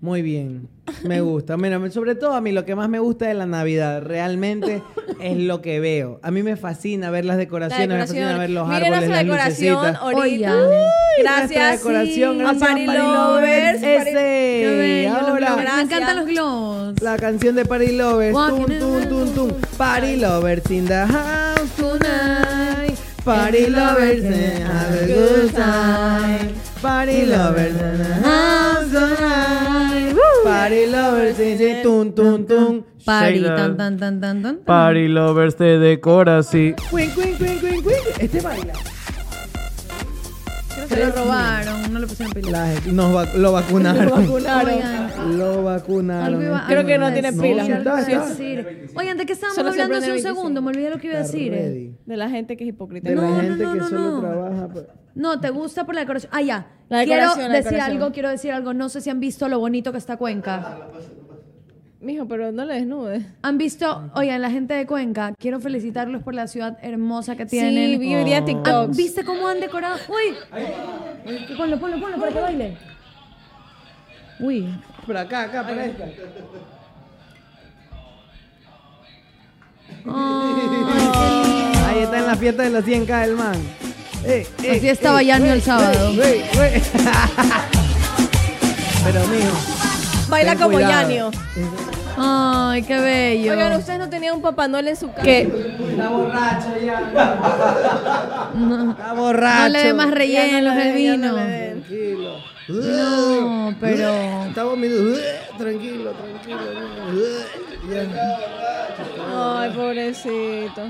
A: Muy bien, me gusta. Mira, sobre todo a mí lo que más me gusta de la Navidad realmente es lo que veo. A mí me fascina ver las decoraciones, me fascina ver los
C: Miren
A: árboles,
C: nuestra
A: las
C: decoración
A: lucecitas.
C: ahorita.
B: Oye.
C: Uy,
A: Nuestra
C: gracias.
A: decoración,
C: sí,
A: gracias
C: a Party
A: Party Lovers.
C: Lovers. Party-
A: Ese.
B: Qué bello, los
A: Ahora,
B: globos. Me
C: Gracias.
B: encantan los globos.
A: La canción de Party Lovers. Tum,
B: Walking in
A: tum,
B: the
A: tum, tum.
B: moonlight.
A: Party Lovers in the house tonight. Party Lovers
B: eh,
A: and have a good time. Party Lovers in the house tonight. Party Lovers in the tum, tum, tum.
B: Party,
E: Shake that.
B: tan, tan, tan, tan, tan.
E: Party lovers te decora así.
A: Queen, queen, queen, queen, queen. Este baila.
B: Se lo robaron, no le pusieron pila.
A: La- nos vac- lo vacunaron.
B: Oigan,
A: Lo vacunaron.
B: algo iba-
C: Creo
B: algo
C: que
B: iba
C: no
B: a
C: tiene
B: decir,
C: pila.
B: algo iba a
A: Sí, está.
B: decir. Oigan, ¿de qué estábamos
C: Solo se
B: hablando hace un
C: prende el
B: segundo? Me olvidé lo que iba a
A: Está
B: decir. eh.
A: ready.
C: De la gente que es hipócrita.
A: De
B: No,
A: la
B: no,
A: gente
B: no,
A: que
B: no,
A: solo
B: no.
A: trabaja. pa-
B: No, te gusta por la decoración. Ah, ya.
C: La
B: quiero
C: decoración, la
B: decir
C: decoración.
B: algo, quiero decir algo. No sé si han visto lo bonito que está Cuenca.
C: Mijo, pero no le desnudes.
B: Han visto, oigan, la gente de Cuenca, quiero felicitarlos por la ciudad hermosa que
C: Sí,
B: tienen.
C: vi hoy día
B: Ah,
C: TikToks.
B: ¿Viste cómo han decorado? ¡Uy! Ponlo, ponlo, ponlo para que baile. Uy.
A: Por acá, acá, para esta. Ahí está en la fiesta de los 100K el man. Eh, eh,
B: Así estaba Yanio el
A: güey,
B: sábado.
A: güey, güey. Pero mijo.
C: Baila
A: ten
C: como
A: cuidado.
C: Yanio.
B: Ay, qué bello.
C: Oigan, ¿ustedes no tenían un Papá Noel en su casa? ¿Qué?
A: Está borracho ya. Está borracho.
B: no le dé más rellenos
C: le
B: el
C: den, ya no
B: vino.
C: le den.
A: Tranquilo.
B: No, pero.
A: Está vomitando. Tranquilo, tranquilo. Ya.
C: Ay, pobrecito.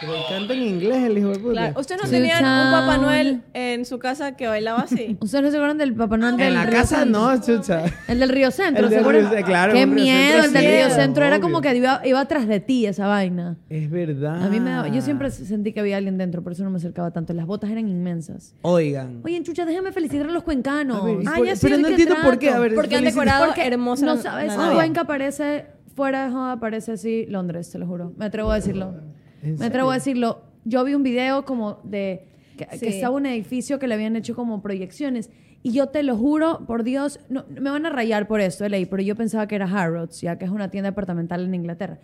A: Pero canta en inglés el hijo de puta.
C: Claro. Ah, ¿Ustedes no
B: Sí.
C: tenían un Papá
B: Chan.
C: Noel en su casa que bailaba así?
B: ¿Ustedes no se acuerdan del Papá Noel del
A: Ah, En la
B: Río
A: casa
B: Centro?
A: no, chucha.
B: El del Río Centro,
A: El del
B: ¿se acuerdan?
A: Río Centro, claro,
B: Qué
A: el Río
B: miedo,
A: Centro
B: el del
A: sí
B: Río
A: era,
B: Centro. Era como
A: obvio.
B: que iba, iba atrás de ti esa vaina.
A: Es verdad.
B: A mí me daba- Yo
A: Ah.
B: siempre sentí que había alguien dentro, por eso no me acercaba tanto. Las botas eran inmensas.
A: Oigan.
B: Oye, Chucha, déjame felicitar a los cuencanos.
A: A ver, ¿y
B: Ah,
A: por-
B: ya sé
A: pero
B: de
A: no
B: qué
A: entiendo por qué,
B: trato.
A: a ver,
C: Porque han
A: felicita-
C: decorado
B: Porque
C: hermosa
B: No
C: la-
B: sabes,
C: la Navidad.
B: Cuenca parece, fuera de joda, parece así Londres, te lo juro. Me atrevo a decirlo.
A: ¿En
B: Me atrevo a decirlo. Yo vi un video como de que, que
C: Sí.
B: estaba un edificio que le habían hecho como proyecciones. Y yo te lo juro, por Dios, no, me van a rayar por esto, de ley, pero yo pensaba que era Harrods, ya que es una tienda departamental en Inglaterra.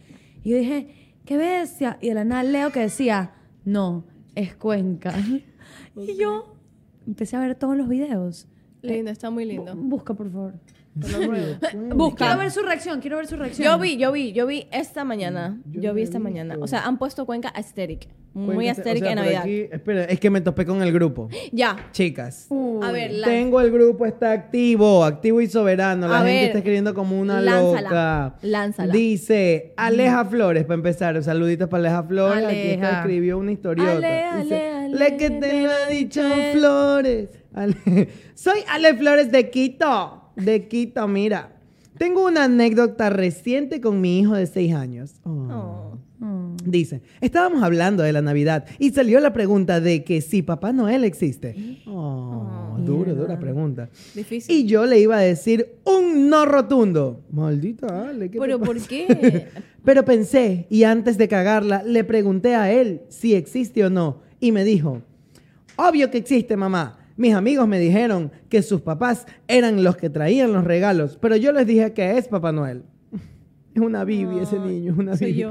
B: Y yo dije, qué bestia. Y de la nada leo que decía, no, es Cuenca. Y yo empecé a ver todos los videos.
C: Lindo, está muy
B: Bu-
C: lindo.
B: Busca, por favor. Quiero
C: Busca.
B: ver su reacción, quiero ver su reacción.
C: Yo vi, yo vi, yo vi esta mañana. Yo vi esta mañana. O sea, han puesto Cuenca aesthetic. Muy
A: Cuéntate,
C: aesthetic
A: o sea,
C: en
A: por
C: Navidad.
A: aquí- espera, es que me topé con el grupo.
C: Ya.
A: Chicas.
C: A ver, la-
A: Tengo el grupo, está activo, activo y soberano. La
C: A
A: gente
C: ver,
A: está escribiendo como una
C: lánzala,
A: loca.
C: lánzala.
A: Dice Aleja Flores, para empezar. Saluditos para Aleja Flores. Aquí está,
B: Aleja.
A: escribió una historiota.
C: Ale, ale,
A: Dice,
C: ale,
A: le que te
C: ale,
A: lo ha dicho
C: ale".
A: Flores. Ale- Soy Ale Flores de Quito. De Quito, mira. Tengo una anécdota reciente con mi hijo de seis años. Oh.
C: Oh.
B: Mm.
A: Dice, estábamos hablando de la Navidad y salió la pregunta de que si Papá Noel
C: ¿Eh?
A: existe. Oh, duro, dura pregunta.
C: Difícil.
A: Y yo le iba a decir un no rotundo. Maldita Ale, ¿qué te
C: Pero
A: pasa?
C: ¿por qué?
A: Pero pensé, y antes de cagarla, le pregunté a él si existe o no. Y me dijo, obvio que existe, mamá. Mis amigos me dijeron que sus papás eran los que traían los regalos, pero yo les dije que es Papá Noel. Es una Bibi ese niño, es una
C: soy
A: Bibi.
C: yo.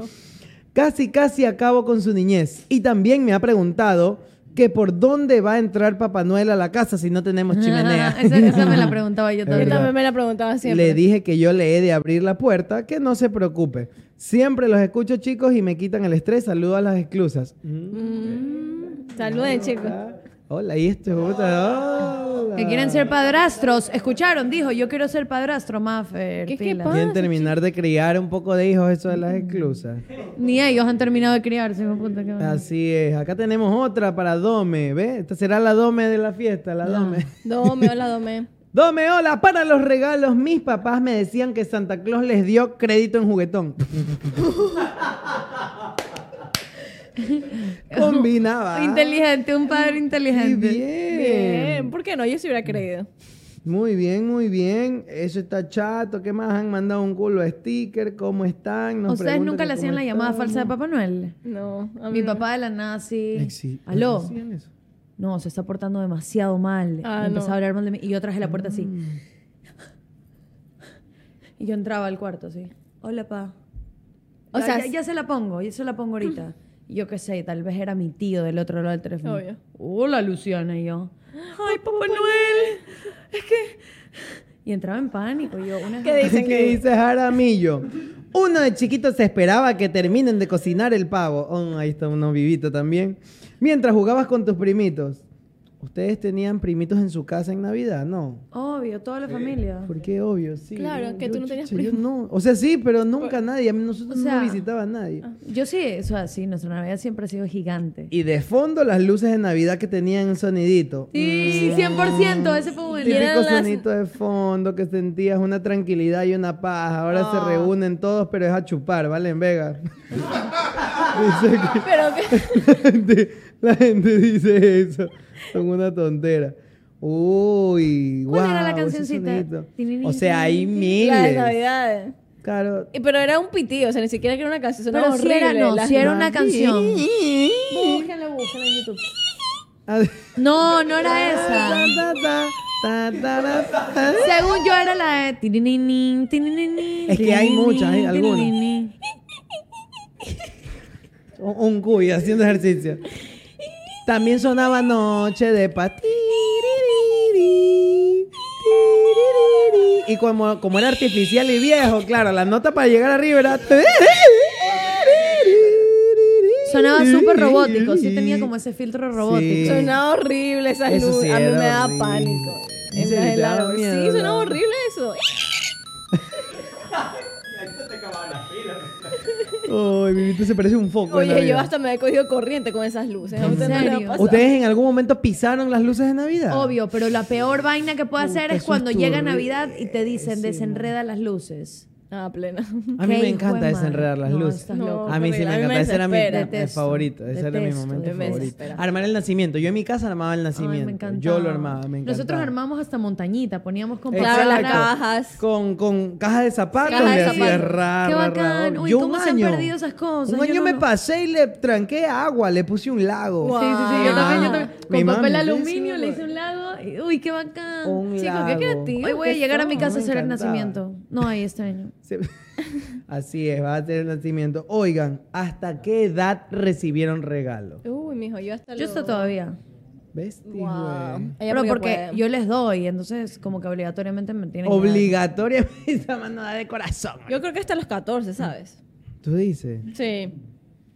A: Casi, casi acabo con su niñez. Y también me ha preguntado que por dónde va a entrar Papá Noel a la casa si no tenemos chimenea.
B: esa, esa me la preguntaba yo
A: Es
B: también.
C: Yo
A: verdad.
C: también me la preguntaba siempre.
A: Le dije que yo le he de abrir la puerta, que no se preocupe. Siempre los escucho, chicos, y me quitan el estrés. Saludo a las exclusas. Mm.
C: Mm, Saluden, chicos.
A: Ah. Hola, y esto es otra. Hola.
B: Que quieren ser padrastros. Escucharon, dijo, yo quiero ser padrastro, Maffer.
C: ¿Qué- qué
B: pila.
C: pasa?
A: Quieren terminar de criar un poco de hijos, eso de las exclusas.
B: Ni ellos han terminado de criarse. hijo de puta, qué bueno.
A: Así es. Acá tenemos otra para Dome, ¿ve? Esta será la Dome de la fiesta, la Dome.
C: Dome, hola, Dome.
A: Dome, hola, para los regalos, mis papás me decían que Santa Claus les dio crédito en juguetón. Combinaba.
B: Inteligente, un padre
A: Muy
B: inteligente.
A: Ah, bien.
C: Bien. ¿Por qué no? Yo se hubiera creído.
A: Muy bien, muy bien. Eso está chato. ¿Qué más? Han mandado un culo de sticker. ¿Cómo están? Nos
B: ¿Ustedes
A: preguntan
B: nunca
A: que
B: le hacían
A: cómo
B: la llamada
A: estamos.
B: falsa de Papá Noel?
C: No. a
B: Mi
C: mí no.
B: papá de la nazi.
A: Eh, sí,
B: ¿Aló?
A: hacían eso.
B: No, se está portando demasiado mal. y
C: Ah, no. Mm.
B: empezaba a hablar mal de mí. Y yo traje la puerta así. Y yo entraba al cuarto así. Hola, pa.
C: O
B: Ya-
C: sea,
B: ya, ya se la pongo, ya se la pongo ahorita. Y Yo qué sé, tal vez era mi tío del otro lado del teléfono.
C: Obvio.
B: Hola, Luciana, y yo.
C: Ay, Papá Noel. Es que.
B: Y entraba en pánico. y yo, una
C: ¿Qué dicen
A: ¿Qué
C: que
A: dice Jaramillo? Uno de chiquitos se esperaba que terminen de cocinar el pavo. Oh, ahí está uno vivito también. Mientras jugabas con tus primitos. ¿Ustedes tenían primitos en su casa en Navidad? No.
B: Obvio, toda la familia.
A: Porque obvio, sí.
C: Claro,
A: No,
C: que
A: yo,
C: tú no tenías
A: chucha, yo
C: primos.
A: no. O sea, sí, pero nunca nadie. A mí- Nosotros
B: O sea,
A: no visitaba a nadie.
B: Yo sí, o sea, sí, nuestra Navidad siempre ha sido gigante.
A: Y de fondo las luces de Navidad que tenían un sonidito.
B: Sí, 100%, ese fue bueno.
A: Típico
C: eran las-
A: sonito de fondo que sentías una tranquilidad y una paz. Ahora
B: Ah.
A: se reúnen todos, pero es a chupar, ¿vale? En Vega. Dice que-
C: Pero que.
A: la, gente, la gente dice eso. Son una tontera. Uy,
B: ¿Cuál
A: wow,
B: era la
A: ese
B: cancioncita?
A: sonito.
B: Tinirín,
A: O sea, hay
B: tinirín,
A: miles.
C: Las navidades.
A: Claro.
C: Y- Pero era un pitido, o sea, ni siquiera que era una canción. sonaba
B: Pero si era,
C: horrible,
B: no,
C: las-
B: si era una canción.
C: Búsquenlo, búsquenlo en YouTube.
A: Ah,
B: No, no era esa.
A: ta, ta, ta, ta, ta, ta, ta.
B: Según yo era la de... tirininín, tirininín,
A: Es que hay
B: tirininín,
A: muchas, ¿eh? Algunas.
B: tirininín.
A: Un- Un cuy haciendo ejercicio. También sonaba Noche de Pati. Y como, como era artificial y viejo, claro, la nota para llegar arriba era.
B: Sonaba súper robótico, sí tenía como ese filtro robótico.
A: Sí.
C: Sonaba horrible esa
A: Eso
C: luz.
A: sí
C: a mí
A: era
C: me da
A: horrible.
C: pánico.
A: ¿En
C: En
A: serio
C: vez
A: te
C: del
A: daba
C: árbol. Sí,
A: miedo?
C: sonaba horrible eso.
A: Ay, mi vida se parece un foco. de
C: Oye, yo
A: Navidad.
C: hasta me he cogido corriente con esas luces. ¿A
B: ¿En
C: usted no le ha
B: serio?
C: pasado?
A: ¿Ustedes en algún momento pisaron las luces de Navidad?
B: Obvio, pero la peor vaina que puede hacer
A: Puta,
B: es
A: eso
B: cuando
A: es
B: llega
A: turri-
B: Navidad y te dicen desenreda las luces.
C: Ah, plena.
A: A mí
B: Qué
A: me
B: hijo de
A: encanta
B: madre.
A: desenredar las
B: No,
A: luces.
B: estás loco.
A: a mí sí me
C: A mí me
A: encanta. Ese era mi
C: desespera.
A: el
B: Detesto,
A: favorito. Ese era mi
B: detesto,
A: momento
B: detesto.
A: favorito.
C: Desespera.
A: Armar el nacimiento. Yo en mi casa armaba el
B: Ay, me
A: nacimiento.
B: encantaba.
A: Yo lo armaba. Me
B: Nosotros
A: encantaba.
B: armamos hasta montañita, poníamos con
C: Claro, las
B: palabras-
C: cajas.
A: Con, con caja de zapatos
C: Caja de
A: le hacía
C: zapatos.
A: rara,
B: Qué
A: rara,
B: bacán.
A: rara.
B: Uy, ¿cómo se han perdido esas cosas?
A: Un
B: Yo
A: año
B: no
A: me
B: lo-
A: pasé y le tranqué agua, le puse un lago.
C: Guau.
B: Sí, sí, sí, yo también, yo
A: Ah,
B: también.
A: mi
B: Con papel
A: mami,
B: aluminio
A: sí,
B: le
A: sí,
B: hice un lago. y- Uy, qué bacán.
A: Un
C: Chicos, qué
A: lago.
C: creativo.
B: Hoy voy a
C: ¿qué
B: llegar a mi
C: son?
B: casa a
A: Me
B: hacer el
A: encantaba.
B: nacimiento. No hay este año.
A: Sí. Así es, va a ser el nacimiento. Oigan, ¿hasta qué edad recibieron regalo?
C: Uy, mijo, yo hasta
B: Yo
C: lo-
B: estoy todavía.
A: Bestia,
C: Wow.
A: güey.
C: Ella
B: Pero
C: porque
B: porque
C: puede.
B: yo les doy, entonces como que obligatoriamente me tienen que dar.
A: Obligatoriamente esa mano da de corazón.
C: Yo creo que hasta los 14, ¿sabes?
A: Tú dices.
C: Sí.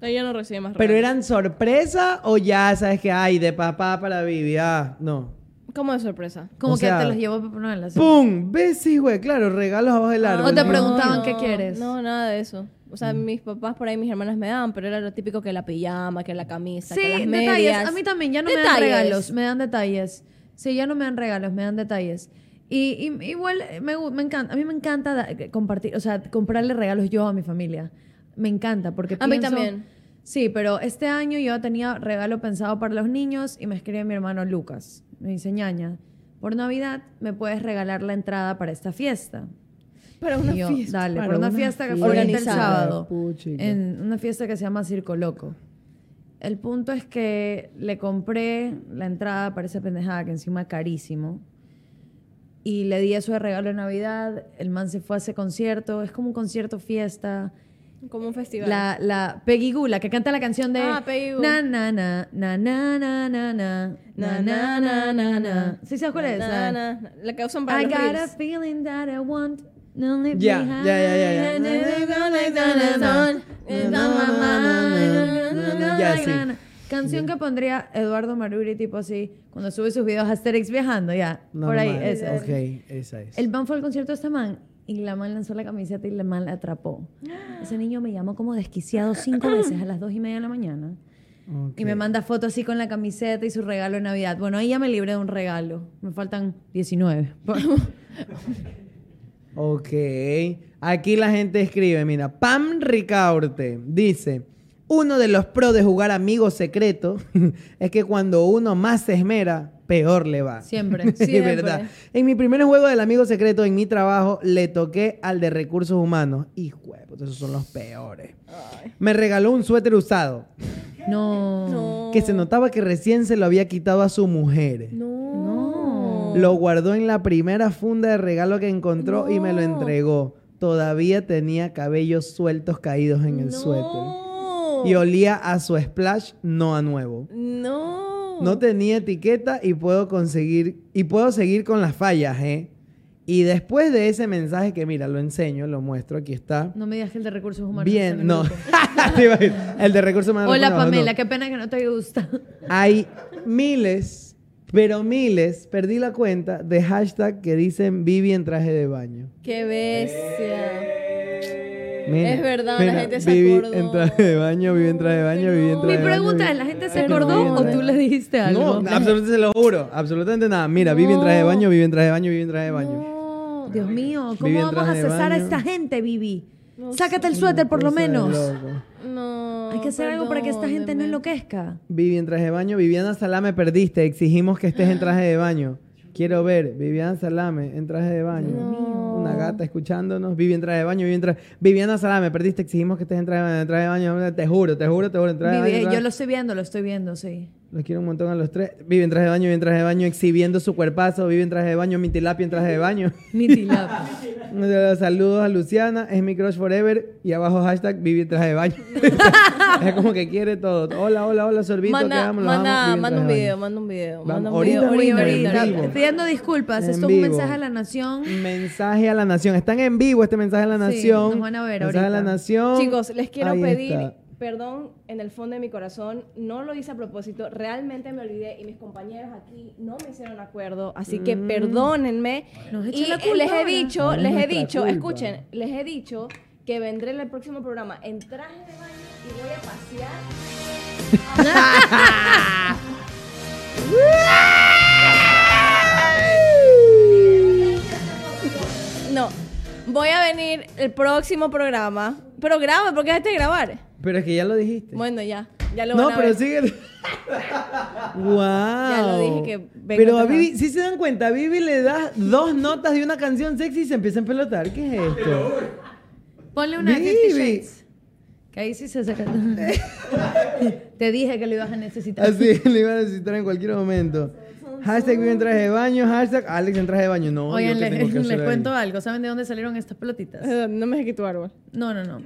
C: Ella no recibe más
A: ¿Pero
C: regalos.
A: eran sorpresa o ya sabes que hay de papá para vivir? Ah, no.
C: ¿Cómo de sorpresa?
B: Como
A: O
B: que
A: sea,
B: te los llevo para Noel. así.
A: ¡Pum! ¿Ves? Sí, güey, claro, regalos abajo del árbol.
B: Ah, o te
A: ¿no?
B: preguntaban,
C: No,
B: ¿qué quieres?
C: No, nada de eso. O sea, mis papás por ahí, mis hermanas me dan, pero era lo típico que la pijama, que la camisa, que
B: Sí,
C: las
B: detalles.
C: medias.
B: A mí también ya no me dan
C: Detalles.
B: regalos, me dan detalles. Sí, ya no me dan regalos, me dan detalles. Y, y- igual me, gu- me encanta, a mí me encanta da- compartir, o sea, comprarle regalos yo a mi familia. Me encanta porque
C: A mí
B: pienso-
C: también.
B: Sí, pero este año yo tenía regalo pensado para los niños y me escribe mi hermano Lucas. Me dice, ñaña, por Navidad me puedes regalar la entrada para esta fiesta.
C: Para una
B: Y yo,
C: fiesta.
B: Dale,
A: Para
B: para una
A: una
B: fiesta que
A: fiesta.
B: fue ahorita el
C: Organizada.
B: sábado.
A: Puchica.
B: En una fiesta que se llama Circo Loco. El punto es que le compré la entrada para esa pendejada que encima carísimo. Y le di eso de regalo de Navidad. El man se fue a ese concierto. Es como un concierto fiesta.
C: Como un festival.
B: La, la Peggy Goo, la que canta la canción de
C: Ah, Peggy Goo.
B: na na na na na na na na na na na na na ¿Sí sabes cuál es?
C: Na, na, na. La que usan para
B: I
C: los
B: got a
C: reels.
B: feeling that I want to leave
A: Ya,
B: behind.
A: ya, ya, ya,
B: Na,
A: ya.
B: na, na, na, na, na, na, na, na, na, na,
A: Ya,
B: na,
A: sí.
B: na, na. Canción que pondría Eduardo Maruri tipo así cuando sube sus videos Asterix viajando ya
A: No,
B: por ahí
A: normal.
B: esa.
A: Ok, esa es.
B: El man fue al concierto de este man y la man lanzó la camiseta y la man la atrapó. Ese niño me llamó como desquiciado cinco veces a las dos y media de la mañana.
A: Ok.
B: Y me manda fotos así con la camiseta y su regalo de Navidad. Bueno, ahí ya me libré de un regalo. Me faltan 19.
A: Ok. Aquí la gente escribe, mira, Pam Ricaurte dice, uno de los pros de jugar amigo secreto es que cuando uno más se esmera, peor le va.
B: Siempre.
A: Es
C: Siempre.
A: verdad. En mi primer juego del amigo secreto en mi trabajo, le toqué al de recursos humanos. Y huevos, esos son los peores. Me regaló un suéter usado,
B: No.
C: No.
A: que se notaba que recién se lo había quitado a su mujer.
C: No.
A: Lo guardó en la primera funda de regalo que encontró y me lo
C: No.
A: entregó. Todavía tenía cabellos sueltos caídos en el suéter.
C: No.
A: Y olía a su splash, no a nuevo.
C: No.
A: No tenía etiqueta y puedo conseguir y puedo seguir con las fallas, ¿eh? Y después de ese mensaje que mira, lo enseño, lo muestro, aquí está.
B: No me digas que el de recursos humanos. está en
A: Bien,
B: el
A: no.
B: grupo.
A: Te iba a decir, el de recursos humanos.
B: Hola
A: no, no.
B: Pamela, qué pena que no te gusta.
A: Hay miles, pero miles, perdí la cuenta de hashtag que dicen Vivi en traje de baño.
C: Qué
A: Eh,
C: bestia.
A: Mira,
C: Es verdad, la gente se
A: Vivi
C: acordó.
A: en traje de baño, viví en traje de baño, viví en
C: No,
B: Mi
A: traje de baño.
B: pregunta
A: Vivi-
B: es, ¿la gente se
A: Vivi en
B: acordó
A: traje
B: o
A: de
B: tú
A: baño.
B: les dijiste algo?
A: No, absolutamente se lo juro, absolutamente nada. Mira, viví en traje de baño, viví en traje de baño, viví en traje de baño.
C: No.
B: Dios mío,
A: Vivi
B: ¿cómo
A: en
B: vamos a
A: traje de
B: cesar a
A: baño.
B: esta gente, Vivi? Sácate el suéter por lo
A: Cosa de
B: menos.
A: loco.
C: No.
B: Hay que hacer algo para que esta gente no
C: perdóname.
B: enloquezca.
A: Vivi en traje de baño, Viviana Salame perdiste,
C: Ah.
A: exigimos que estés en traje de baño. Quiero ver, Viviana Salame en traje de baño.
C: No,
A: una gata escuchándonos. Vivi en traje de baño, Vivi en traje- Viviana Sala, me perdiste, exigimos que estés en traje de baño, en traje de baño. Te juro, te juro, te juro, en traje de
B: Vivi,
A: baño. en traje-
B: yo lo estoy viendo, lo estoy viendo, sí.
A: Los quiero un montón a los tres. Vivi en traje de baño, Vivi en traje de baño, exhibiendo su cuerpazo. Vivi en traje de baño, mi tilapia en traje de baño.
B: Mi tilapia.
A: Saludos a Luciana, es mi crush forever. Y abajo hashtag Vivi en traje de baño. es como que quiere todo. Hola, hola, hola, sorbito, te
C: Manda,
A: amo, los amo, Vivi
C: manda,
A: en
C: manda
A: traje
C: un
A: de
C: video,
A: baño.
C: manda un video.
A: Vamos,
C: Manda un
A: ahorita
C: video.
A: mismo,
B: ahorita.
A: vivo.
B: Pidiendo disculpas,
A: En
B: esto es un
A: vivo. Mm.
B: mensaje a la nación.
A: Mensaje a la nación. Están en vivo este mensaje a la
B: Sí,
A: nación.
B: nos van a ver
A: mensaje
B: ahorita.
A: a la nación.
C: Chicos, les quiero
A: Ahí
C: pedir
A: está.
C: perdón en el fondo de mi corazón. No lo hice a propósito, realmente me olvidé y mis compañeros aquí no me hicieron acuerdo, así que
A: Mm.
C: perdónenme.
B: Nos
C: y
B: echan la culpa
C: les he
B: ahora.
C: dicho,
A: Ahora es
C: les he
A: nuestra
C: dicho,
A: culpa.
C: escuchen, les he dicho que vendré en el próximo programa en traje de baño y voy a pasear. No, voy a venir el próximo programa. Pero graba, porque dejaste de grabar.
A: Pero es que ya lo dijiste.
C: Bueno, ya, ya lo
A: no,
C: van a
A: pero
C: ver.
A: sigue. wow. Ya
C: lo dije que vengo
A: Pero a
C: atrás.
A: Vivi, si se dan cuenta, a Vivi le das dos notas de una canción sexy y se empieza a pelotar. ¿Qué es esto?
B: Ponle una de Fifty
A: Vivi.
B: Shades. Que ahí sí se saca. Te dije que lo ibas a necesitar.
A: Así le iban a necesitar en cualquier momento. Hashtag Vivi en traje de baño, hashtag Alex en traje de baño. No, yo
B: Oigan,
A: qué
B: les,
A: tengo que
B: les
A: hacer ahí.
B: cuento algo. ¿Saben de dónde salieron estas pelotitas?
C: Eh, No me dejes tu árbol.
B: No, no, no.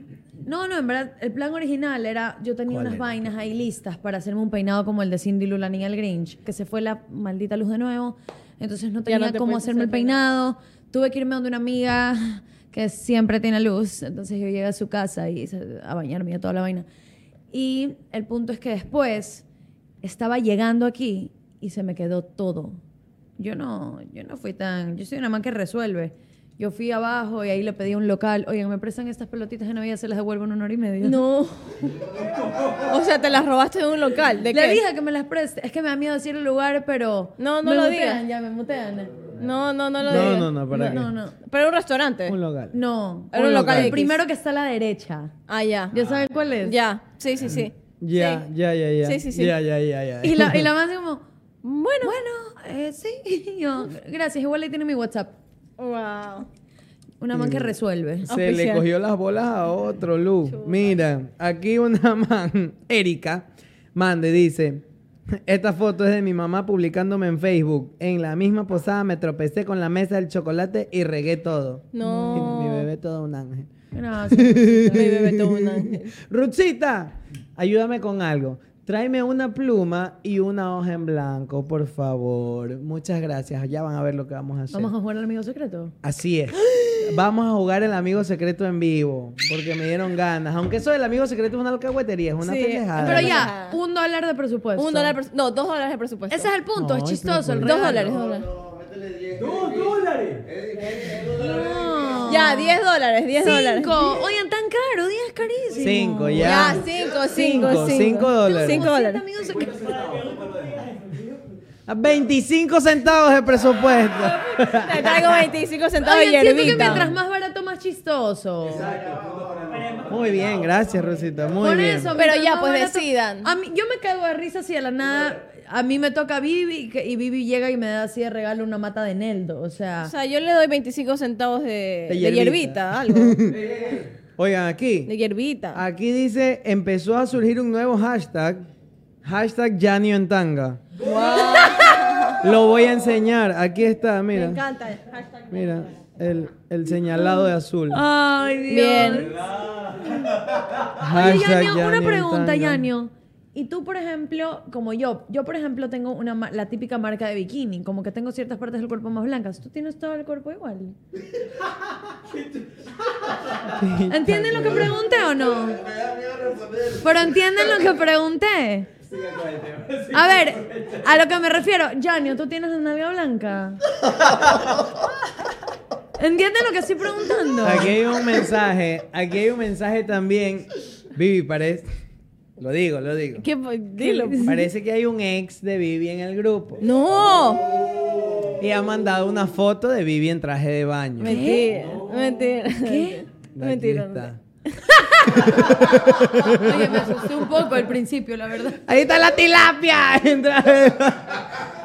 B: No, no, en verdad, el plan original era, yo tenía
A: ¿Cuál
B: unas
A: era?
B: vainas ahí listas para hacerme un peinado como el de Cindy Lula Niña el Grinch, que se fue la maldita luz de nuevo, entonces no tenía
C: no te
B: cómo
C: pudiste
B: hacerme el
C: hacer
B: peinado, tuve que irme donde una amiga que siempre tiene luz, entonces yo llegué a su casa y se- a bañarme y a toda la vaina. Y el punto es que después estaba llegando aquí y se me quedó todo. Yo no, yo no fui tan, yo soy una man que resuelve. Yo fui abajo y ahí le pedí a un local, oigan, me prestan estas pelotitas de Navidad, se las devuelvo en una hora y media.
C: No. O sea, te las robaste de un local. ¿De
B: le
C: qué?
B: dije que me las preste. Es que me da miedo decir el lugar, pero
C: No, no
B: me
C: lo
B: mutean,
C: digas.
B: ya me mutean.
C: No, no, no lo
A: No,
C: digas.
A: no, no, para
B: No,
A: qué.
B: no,
C: Pero un restaurante.
A: Un local.
B: no.
C: Era un
B: El
C: local X.
B: primero que está a la derecha.
C: Ah, ya.
B: ¿Ya saben cuál es?
C: Ya. Sí, sí, sí.
A: Ya,
C: Sí.
A: ya, ya, ya.
C: Sí, sí, sí.
A: Ya, ya, ya, ya.
B: Y la, y la más como, bueno, bueno, eh, sí. Y yo, gracias, igual ahí tiene mi WhatsApp.
C: Wow.
B: Una man
C: Mm.
B: que resuelve.
A: Se le
C: Oficial.
A: cogió las bolas a otro, Lu. Mira, aquí una man, Erika, mande, dice, esta foto es de mi mamá publicándome en Facebook. En la misma posada me tropecé con la mesa del chocolate y regué todo.
C: No.
A: Mi bebé todo un ángel.
B: Gracias.
C: Mi bebé todo un ángel.
A: Ruchita, ayúdame con algo. Tráeme una pluma y una hoja en blanco, por favor. Muchas gracias. Ya van a ver lo que vamos a hacer.
B: Vamos a jugar al amigo secreto.
A: Así es. Vamos a jugar el amigo secreto en vivo. Porque me dieron ganas. Aunque eso del amigo secreto es una alcahuetería, es una
C: Sí,
A: pendejada.
B: Pero ya,
C: Ajá.
B: un dólar de presupuesto.
C: Un dólar. por- No, dos dólares de presupuesto.
B: Ese es el punto,
A: Ay,
B: es chistoso. El
A: pero
C: Dos
B: regalo.
C: dólares, dos dólares.
F: ¡Dos dólares!
B: No.
C: Ya, diez dólares, diez dólares.
B: Cinco. Oigan, tan caro, 10 es carísimo.
A: Cinco,
C: Ya,
A: ya.
C: cinco, cinco,
A: Cinco,
C: cinco.
A: cinco dólares.
C: Cinco dólares.
B: Amigos secretos.
A: A 25 centavos de presupuesto.
C: Te traigo 25 centavos de
B: Oigan, siento que
C: hierbita.
B: mientras más barato, más chistoso.
A: Muy bien, gracias, Rosita. Muy
B: Por
A: bien.
B: eso,
C: Pero
B: mientras
C: ya,
B: más
C: pues,
B: barato-
C: decidan.
B: A mí- yo me cago de risa si de la nada a mí me toca Vivi y, que- y Vivi llega y me da así de regalo una mata de Neldo. O sea,
C: O sea, yo le doy 25 centavos
A: De
C: de, de
A: hierbita.
C: hierbita, algo. De
A: Oigan, aquí.
C: hierbita.
A: Aquí dice, empezó a surgir un nuevo hashtag. Hashtag Janio en tanga. Lo voy a enseñar. Aquí está,
C: Me
A: mira.
C: encanta. Hashtag.
A: Mira, el, el señalado de azul.
C: Ah,
B: ay, Dios.
C: Bien.
A: Hashtag
B: Oye, Yanio, una
A: Yanio en
B: pregunta,
A: tanga.
B: Yanio. Y tú, por ejemplo, como yo, yo, por ejemplo, tengo una ma- la típica marca de bikini, como que tengo ciertas partes del cuerpo más blancas. Tú tienes todo el cuerpo igual. ¿Entienden lo que pregunté o no? Pero entienden lo que pregunté. A ver, a lo que me refiero, Yanio, tú tienes la nalga blanca. ¿Entienden lo que estoy preguntando?
A: Aquí hay un mensaje, aquí hay un mensaje también. Vivi, parece. Lo digo, lo digo.
C: ¿Qué? po- Dilo.
A: Parece que hay un ex de Vivi en el grupo.
C: No.
A: Y ha mandado una foto de Vivi en traje de baño.
C: Mentira. Mentira. ¿Qué?
A: Aquí
C: Mentira.
A: está.
B: Oye, me asusté un poco al principio, la verdad.
A: Ahí está la tilapia en traje de baño.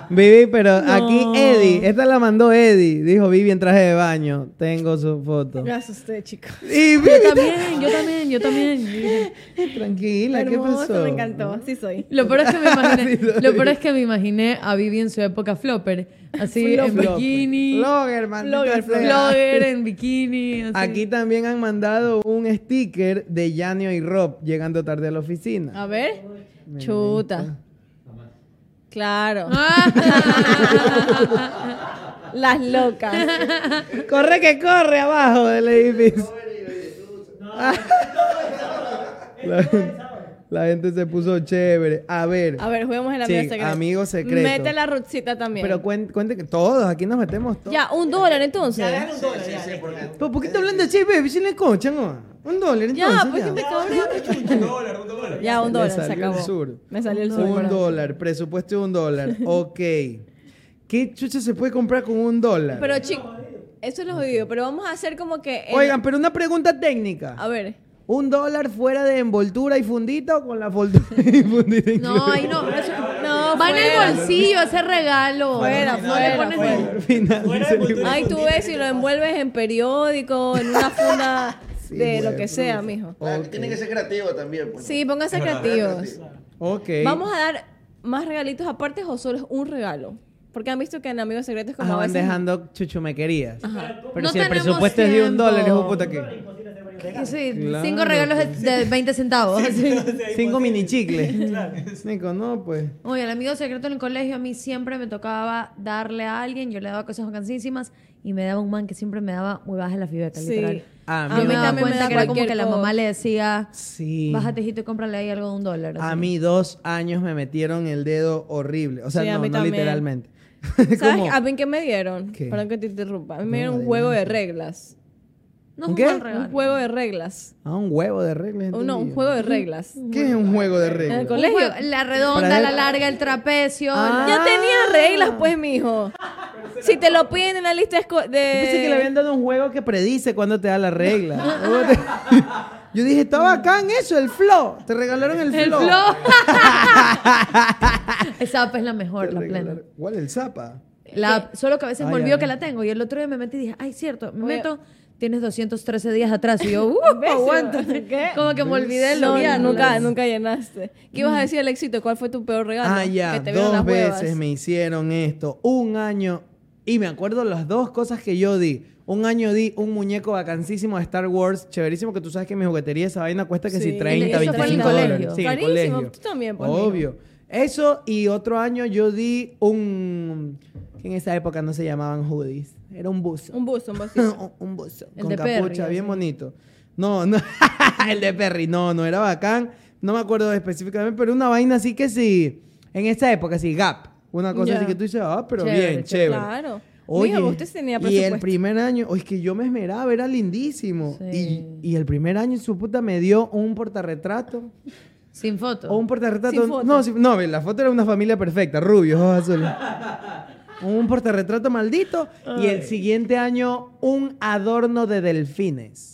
A: Vivi, pero aquí Eddie, esta la mandó Eddie. Dijo, Vivi en traje de baño. Tengo su foto.
G: Me asusté, chico.
A: Y Vivi,
B: Yo también, yo también, yo también.
A: tranquila, ¿qué
G: Hermoso,
A: pasó?
G: me encantó. Sí soy.
B: Lo peor, es que me imaginé,
A: Sí, soy.
B: lo peor es que me imaginé a Vivi en su época flopper. Así en
A: Flopper.
B: bikini.
A: Blogger, maldita sea.
B: Blogger en bikini. así.
A: Aquí también han mandado un sticker de Yanio y Rob llegando tarde a la oficina.
G: A ver. Chuta. Claro.
A: Ah.
B: Ah,
G: Las locas.
A: Corre que corre abajo del edificio. la, gente- la gente se puso chévere. A ver.
G: A ver, juguemos el
A: Sí,
G: amigo secreto.
A: amigo secreto.
G: Mete la rutsita también.
A: Pero cuen- cuente que todos, aquí nos metemos todos.
G: ya, un dólar entonces.
A: ¿Pero por qué está hablando así, baby? Si le cochan, un dólar entonces.
G: Ya, pues que me cabrón. Ya, un
A: Le
G: dólar, se
A: salió el
G: acabó.
A: sur.
G: Me salió el sur.
A: Un dólar, presupuesto de un dólar. Ok. ¿Qué chucha se puede comprar con un dólar?
G: Pero eh, chico, eso es lo jodido. Pero vamos a hacer como que. el-
A: Oigan, pero una pregunta técnica.
G: A ver.
A: ¿Un dólar fuera de envoltura y fundita o con la foldura y fundita
B: No, ahí no. eso- va
G: No, fuera.
B: en el bolsillo ese regalo. No
G: Fuera,
B: le
G: fuera,
B: pones
G: fuera.
B: ni-
A: Al final dice-
G: Ay, tú ves si lo envuelves en periódico, en una funda
A: Sí,
G: de
A: bueno.
G: lo que sea, mijo.
A: Ok.
H: Tienen Ah, que ser creativos también. pues.
G: Sí, pónganse creativos.
A: Ok.
G: Vamos a dar más regalitos aparte o solo es un regalo. Porque han visto que en Amigos Secretos como
A: Ah,
G: a
A: van
G: veces...
A: dejando chuchumequerías. Pero
B: No
A: si el
B: tenemos
A: presupuesto es de un
B: tiempo.
A: dólar, es un puta que.
B: Sí,
A: Claro.
B: cinco regalos de, de 20 centavos. así.
A: Cinco mini chicles. Nico, no, pues.
B: Oye, el amigo secreto en el colegio a mí siempre me tocaba darle a alguien, yo le daba cosas bacanísimas y me daba un man que siempre me daba huevadas en la fibeca,
G: Sí.
B: literal.
A: A
B: yo
A: mí
B: me
A: Ah, me
B: daba
A: daba
B: cuenta que era como
G: cualquier
B: que la mamá
G: cosa.
B: le decía,
A: Sí.
B: bájate hijito y cómprale ahí algo de un dólar.
A: A
B: así.
A: mí dos años me metieron el dedo horrible. O sea,
G: Sí, a
A: no,
G: mí
A: no
G: también.
A: literalmente.
G: ¿Sabes
A: Como-
G: a mí qué me dieron?
A: ¿Qué?
G: Perdón que te interrumpa. A mí me dieron
A: No,
G: un juego de reglas.
B: No es un
A: ¿Qué?
B: mal
G: Un
B: regalo.
G: juego de reglas.
A: Ah, un huevo de reglas.
G: Oh,
A: entendí
G: no, un
A: yo.
G: juego de reglas.
A: ¿Qué es un juego de
G: En el
A: reglas?
G: colegio.
B: Un juego- la redonda,
A: Para-
B: la larga, el trapecio.
A: Ah.
G: Ya tenía reglas, pues, mijo. Si te lo piden en la lista de... esco- de-
A: Pensé que le habían dado un juego que predice cuándo te da la regla. Luego te- Yo dije, está bacán eso, el flow. Te regalaron el flow.
B: El flow. Esa app es la
A: Te
B: mejor, la plena.
A: regalaron- ¿Cuál? El zapa.
B: La app, solo que a veces
A: Ay,
B: me olvido
A: ay.
B: que la tengo y el otro día me metí y dije, ay, cierto, me
G: Oye.
B: meto, tienes 213 días atrás. Y yo, uh,
G: Imbécil.
B: aguanta.
G: ¿Qué?
B: Como que me olvidé
G: No,
B: lo
G: no,
B: que
G: nunca, nunca llenaste. ¿Qué ibas a decir el éxito? ¿Cuál fue tu peor regalo?
A: Ah, ya,
G: Que te vieron
A: dos
G: las huevas.
A: veces me hicieron esto. Un año. Y me acuerdo las dos cosas que yo di. Un año di un muñeco vacancísimo de Star Wars, chéverísimo, que tú sabes que en mi juguetería esa vaina cuesta que
G: Sí.
A: si 30,
B: Eso fue en el
A: 25 dólares.
B: colegio.
A: Sí, en el
G: Carísimo,
A: colegio.
G: tú también, pues,
A: Obvio. Eso y otro año yo di un... que en esa época no se llamaban hoodies. Era un buzo.
G: Un buzo, un buzo.
A: un, un buzo.
B: El
A: con
B: de Perry,
A: capucha, bien
B: así.
A: bonito. No, no. el de Perry, no, no era bacán. No me acuerdo específicamente, pero una vaina así que sí. En esa época, sí, Gap. Una cosa
G: Ya.
A: así que tú dices, ah, pero
B: Chévere,
A: bien,
B: chévere.
A: chévere.
G: Claro.
A: Oye,
G: Mijo, usted tenía
A: y el
G: presupuesto.
A: primer año, oye, es que yo me esmeraba, era lindísimo.
B: Sí.
A: Y, y el primer año su puta me dio un portarretrato.
B: Sin foto.
A: O un portarretrato.
G: Sin foto.
A: No, sin- no, la foto era una familia perfecta, rubios, ojos azules. un portarretrato maldito. Y el siguiente año, un adorno de delfines.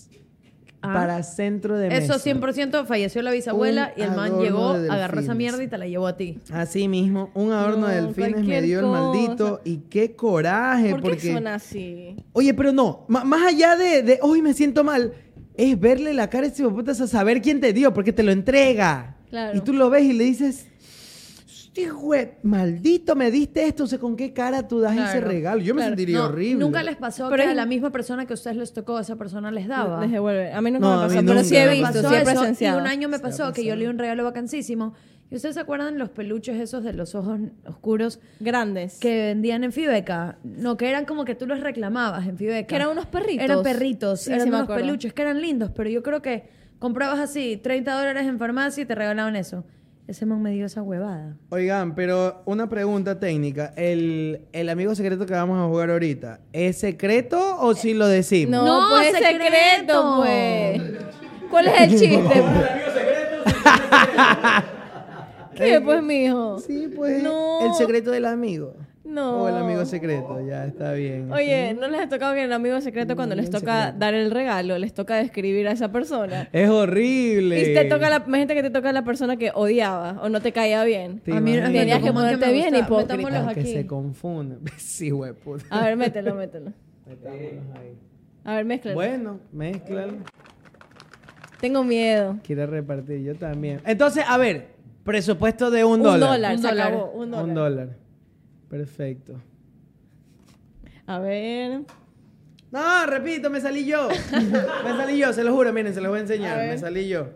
B: Ah.
A: Para centro de mesa.
B: Eso 100% falleció la bisabuela
A: Un
B: y el man
A: adorno
B: llegó,
A: de
B: agarró esa
A: delfines.
B: mierda y te la llevó a ti.
A: Así mismo, un adorno de
G: No,
A: delfines me
G: cualquier
A: dio el maldito.
G: cosa.
A: Y qué coraje,
G: ¿Por qué
A: porque.
G: son así?
A: Oye, pero no, ma- más allá de, de hoy me siento mal, es verle la cara a ese hijueputa, a saber quién te dio, porque te lo entrega.
G: Claro.
A: Y tú lo ves y le dices, hijo, de- maldito, me diste esto, o sea, ¿con qué cara tú das ese
B: Claro,
A: regalo? Yo me sentiría
B: No,
A: horrible.
B: Nunca les pasó
G: Pero
B: que
G: es-
B: a la misma persona que a ustedes les tocó, esa persona les daba.
G: Les devuelve. A mí nunca
A: No,
G: me
A: a mí
G: pasó, pero sí he
A: nunca me
G: visto,
A: pasó
G: sí he
B: eso,
G: presenciado.
B: Ah, Y un año me pasó que yo leí un regalo vacancísimo. ¿Y ustedes se acuerdan los peluches esos de los ojos oscuros
G: Grandes.
B: que vendían en Fibeca? No, que eran como que tú los reclamabas en Fibeca.
G: Que eran unos perritos.
B: Eran perritos,
G: Sí,
B: eran
G: sí me
B: unos
G: acuerdo.
B: peluches que eran lindos, pero yo creo que comprabas así 30 dólares en farmacia y te regalaban eso. Ese man me dio esa huevada.
A: Oigan, pero una pregunta técnica, el, el amigo secreto que vamos a jugar ahorita, ¿es secreto o si lo decimos?
G: No,
B: No,
G: pues es
B: secreto.
G: secreto, pues. ¿Cuál es el chiste? pues? ¿Qué, pues, mijo?
A: Sí, pues,
G: No.
A: el secreto del amigo.
G: No.
A: O el amigo secreto, ya está bien.
G: Oye, ¿no les ha tocado que el amigo secreto cuando les toca dar el regalo, les toca describir a esa persona?
A: Es horrible.
G: Y te toca la, imagínate que te toca la persona que odiaba o no te caía bien.
A: Te
B: A mí- a mí
A: imaginas.
G: Tenías
B: ¿cómo
G: que
B: es me
G: ponerte bien,
B: gusta?
G: hipócrita.
B: Metámoslos
A: Ah, que
B: aquí.
A: se confunden. sí, hueputa.
G: A ver, mételo, mételo. A ver, mézclalo.
A: Bueno, mezclan.
G: Tengo miedo.
A: Quiere repartir, yo también. Entonces, a ver, presupuesto de un,
G: Un
A: dólar.
G: dólar,
B: Un
G: se
B: dólar.
G: acabó. Un dólar.
A: Un dólar. Perfecto.
G: A ver.
A: No, repito, me salí yo. me salí yo, se lo juro, miren, se los voy a enseñar. me salí yo.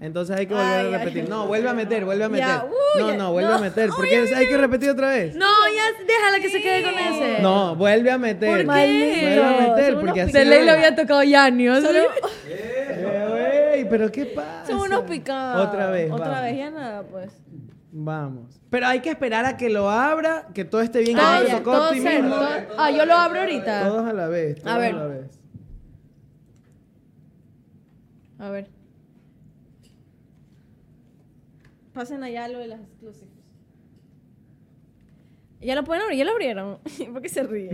A: Entonces hay que volver
G: Ay,
A: a
G: ay,
A: repetir.
G: ay.
A: no, vuelve a meter, vuelve a meter.
G: Ya, uy,
A: no,
G: ya,
A: no, vuelve
G: no.
A: a meter.
G: Uy,
A: Porque
G: ay,
A: hay que repetir otra vez.
B: No, ya déjala que se quede con ese.
A: No, vuelve a meter.
G: ¿Por qué?
A: Vuelve a meter,
G: Son
A: porque
G: unos
A: así.
B: De ley
A: no.
B: le había tocado Yanni. o sea,
A: Eh, güey, pero ¿qué pasa?
G: Son unos picados.
A: Otra vez.
G: Otra
A: vamos.
G: vez, ya nada, pues.
A: Vamos. Pero hay que esperar a que lo abra, que todo esté bien.
B: Ah,
A: que
B: ya,
A: no te tocó
B: todo
A: a ti
B: ser,
A: mismo.
B: todo- ah, yo lo abro ahorita.
A: Todos a la vez. Todos a,
G: ver.
A: la vez.
G: A ver. Pasen allá lo de las exclusivas. Ya lo pueden abrir, ya lo abrieron. ¿Por qué se ríe?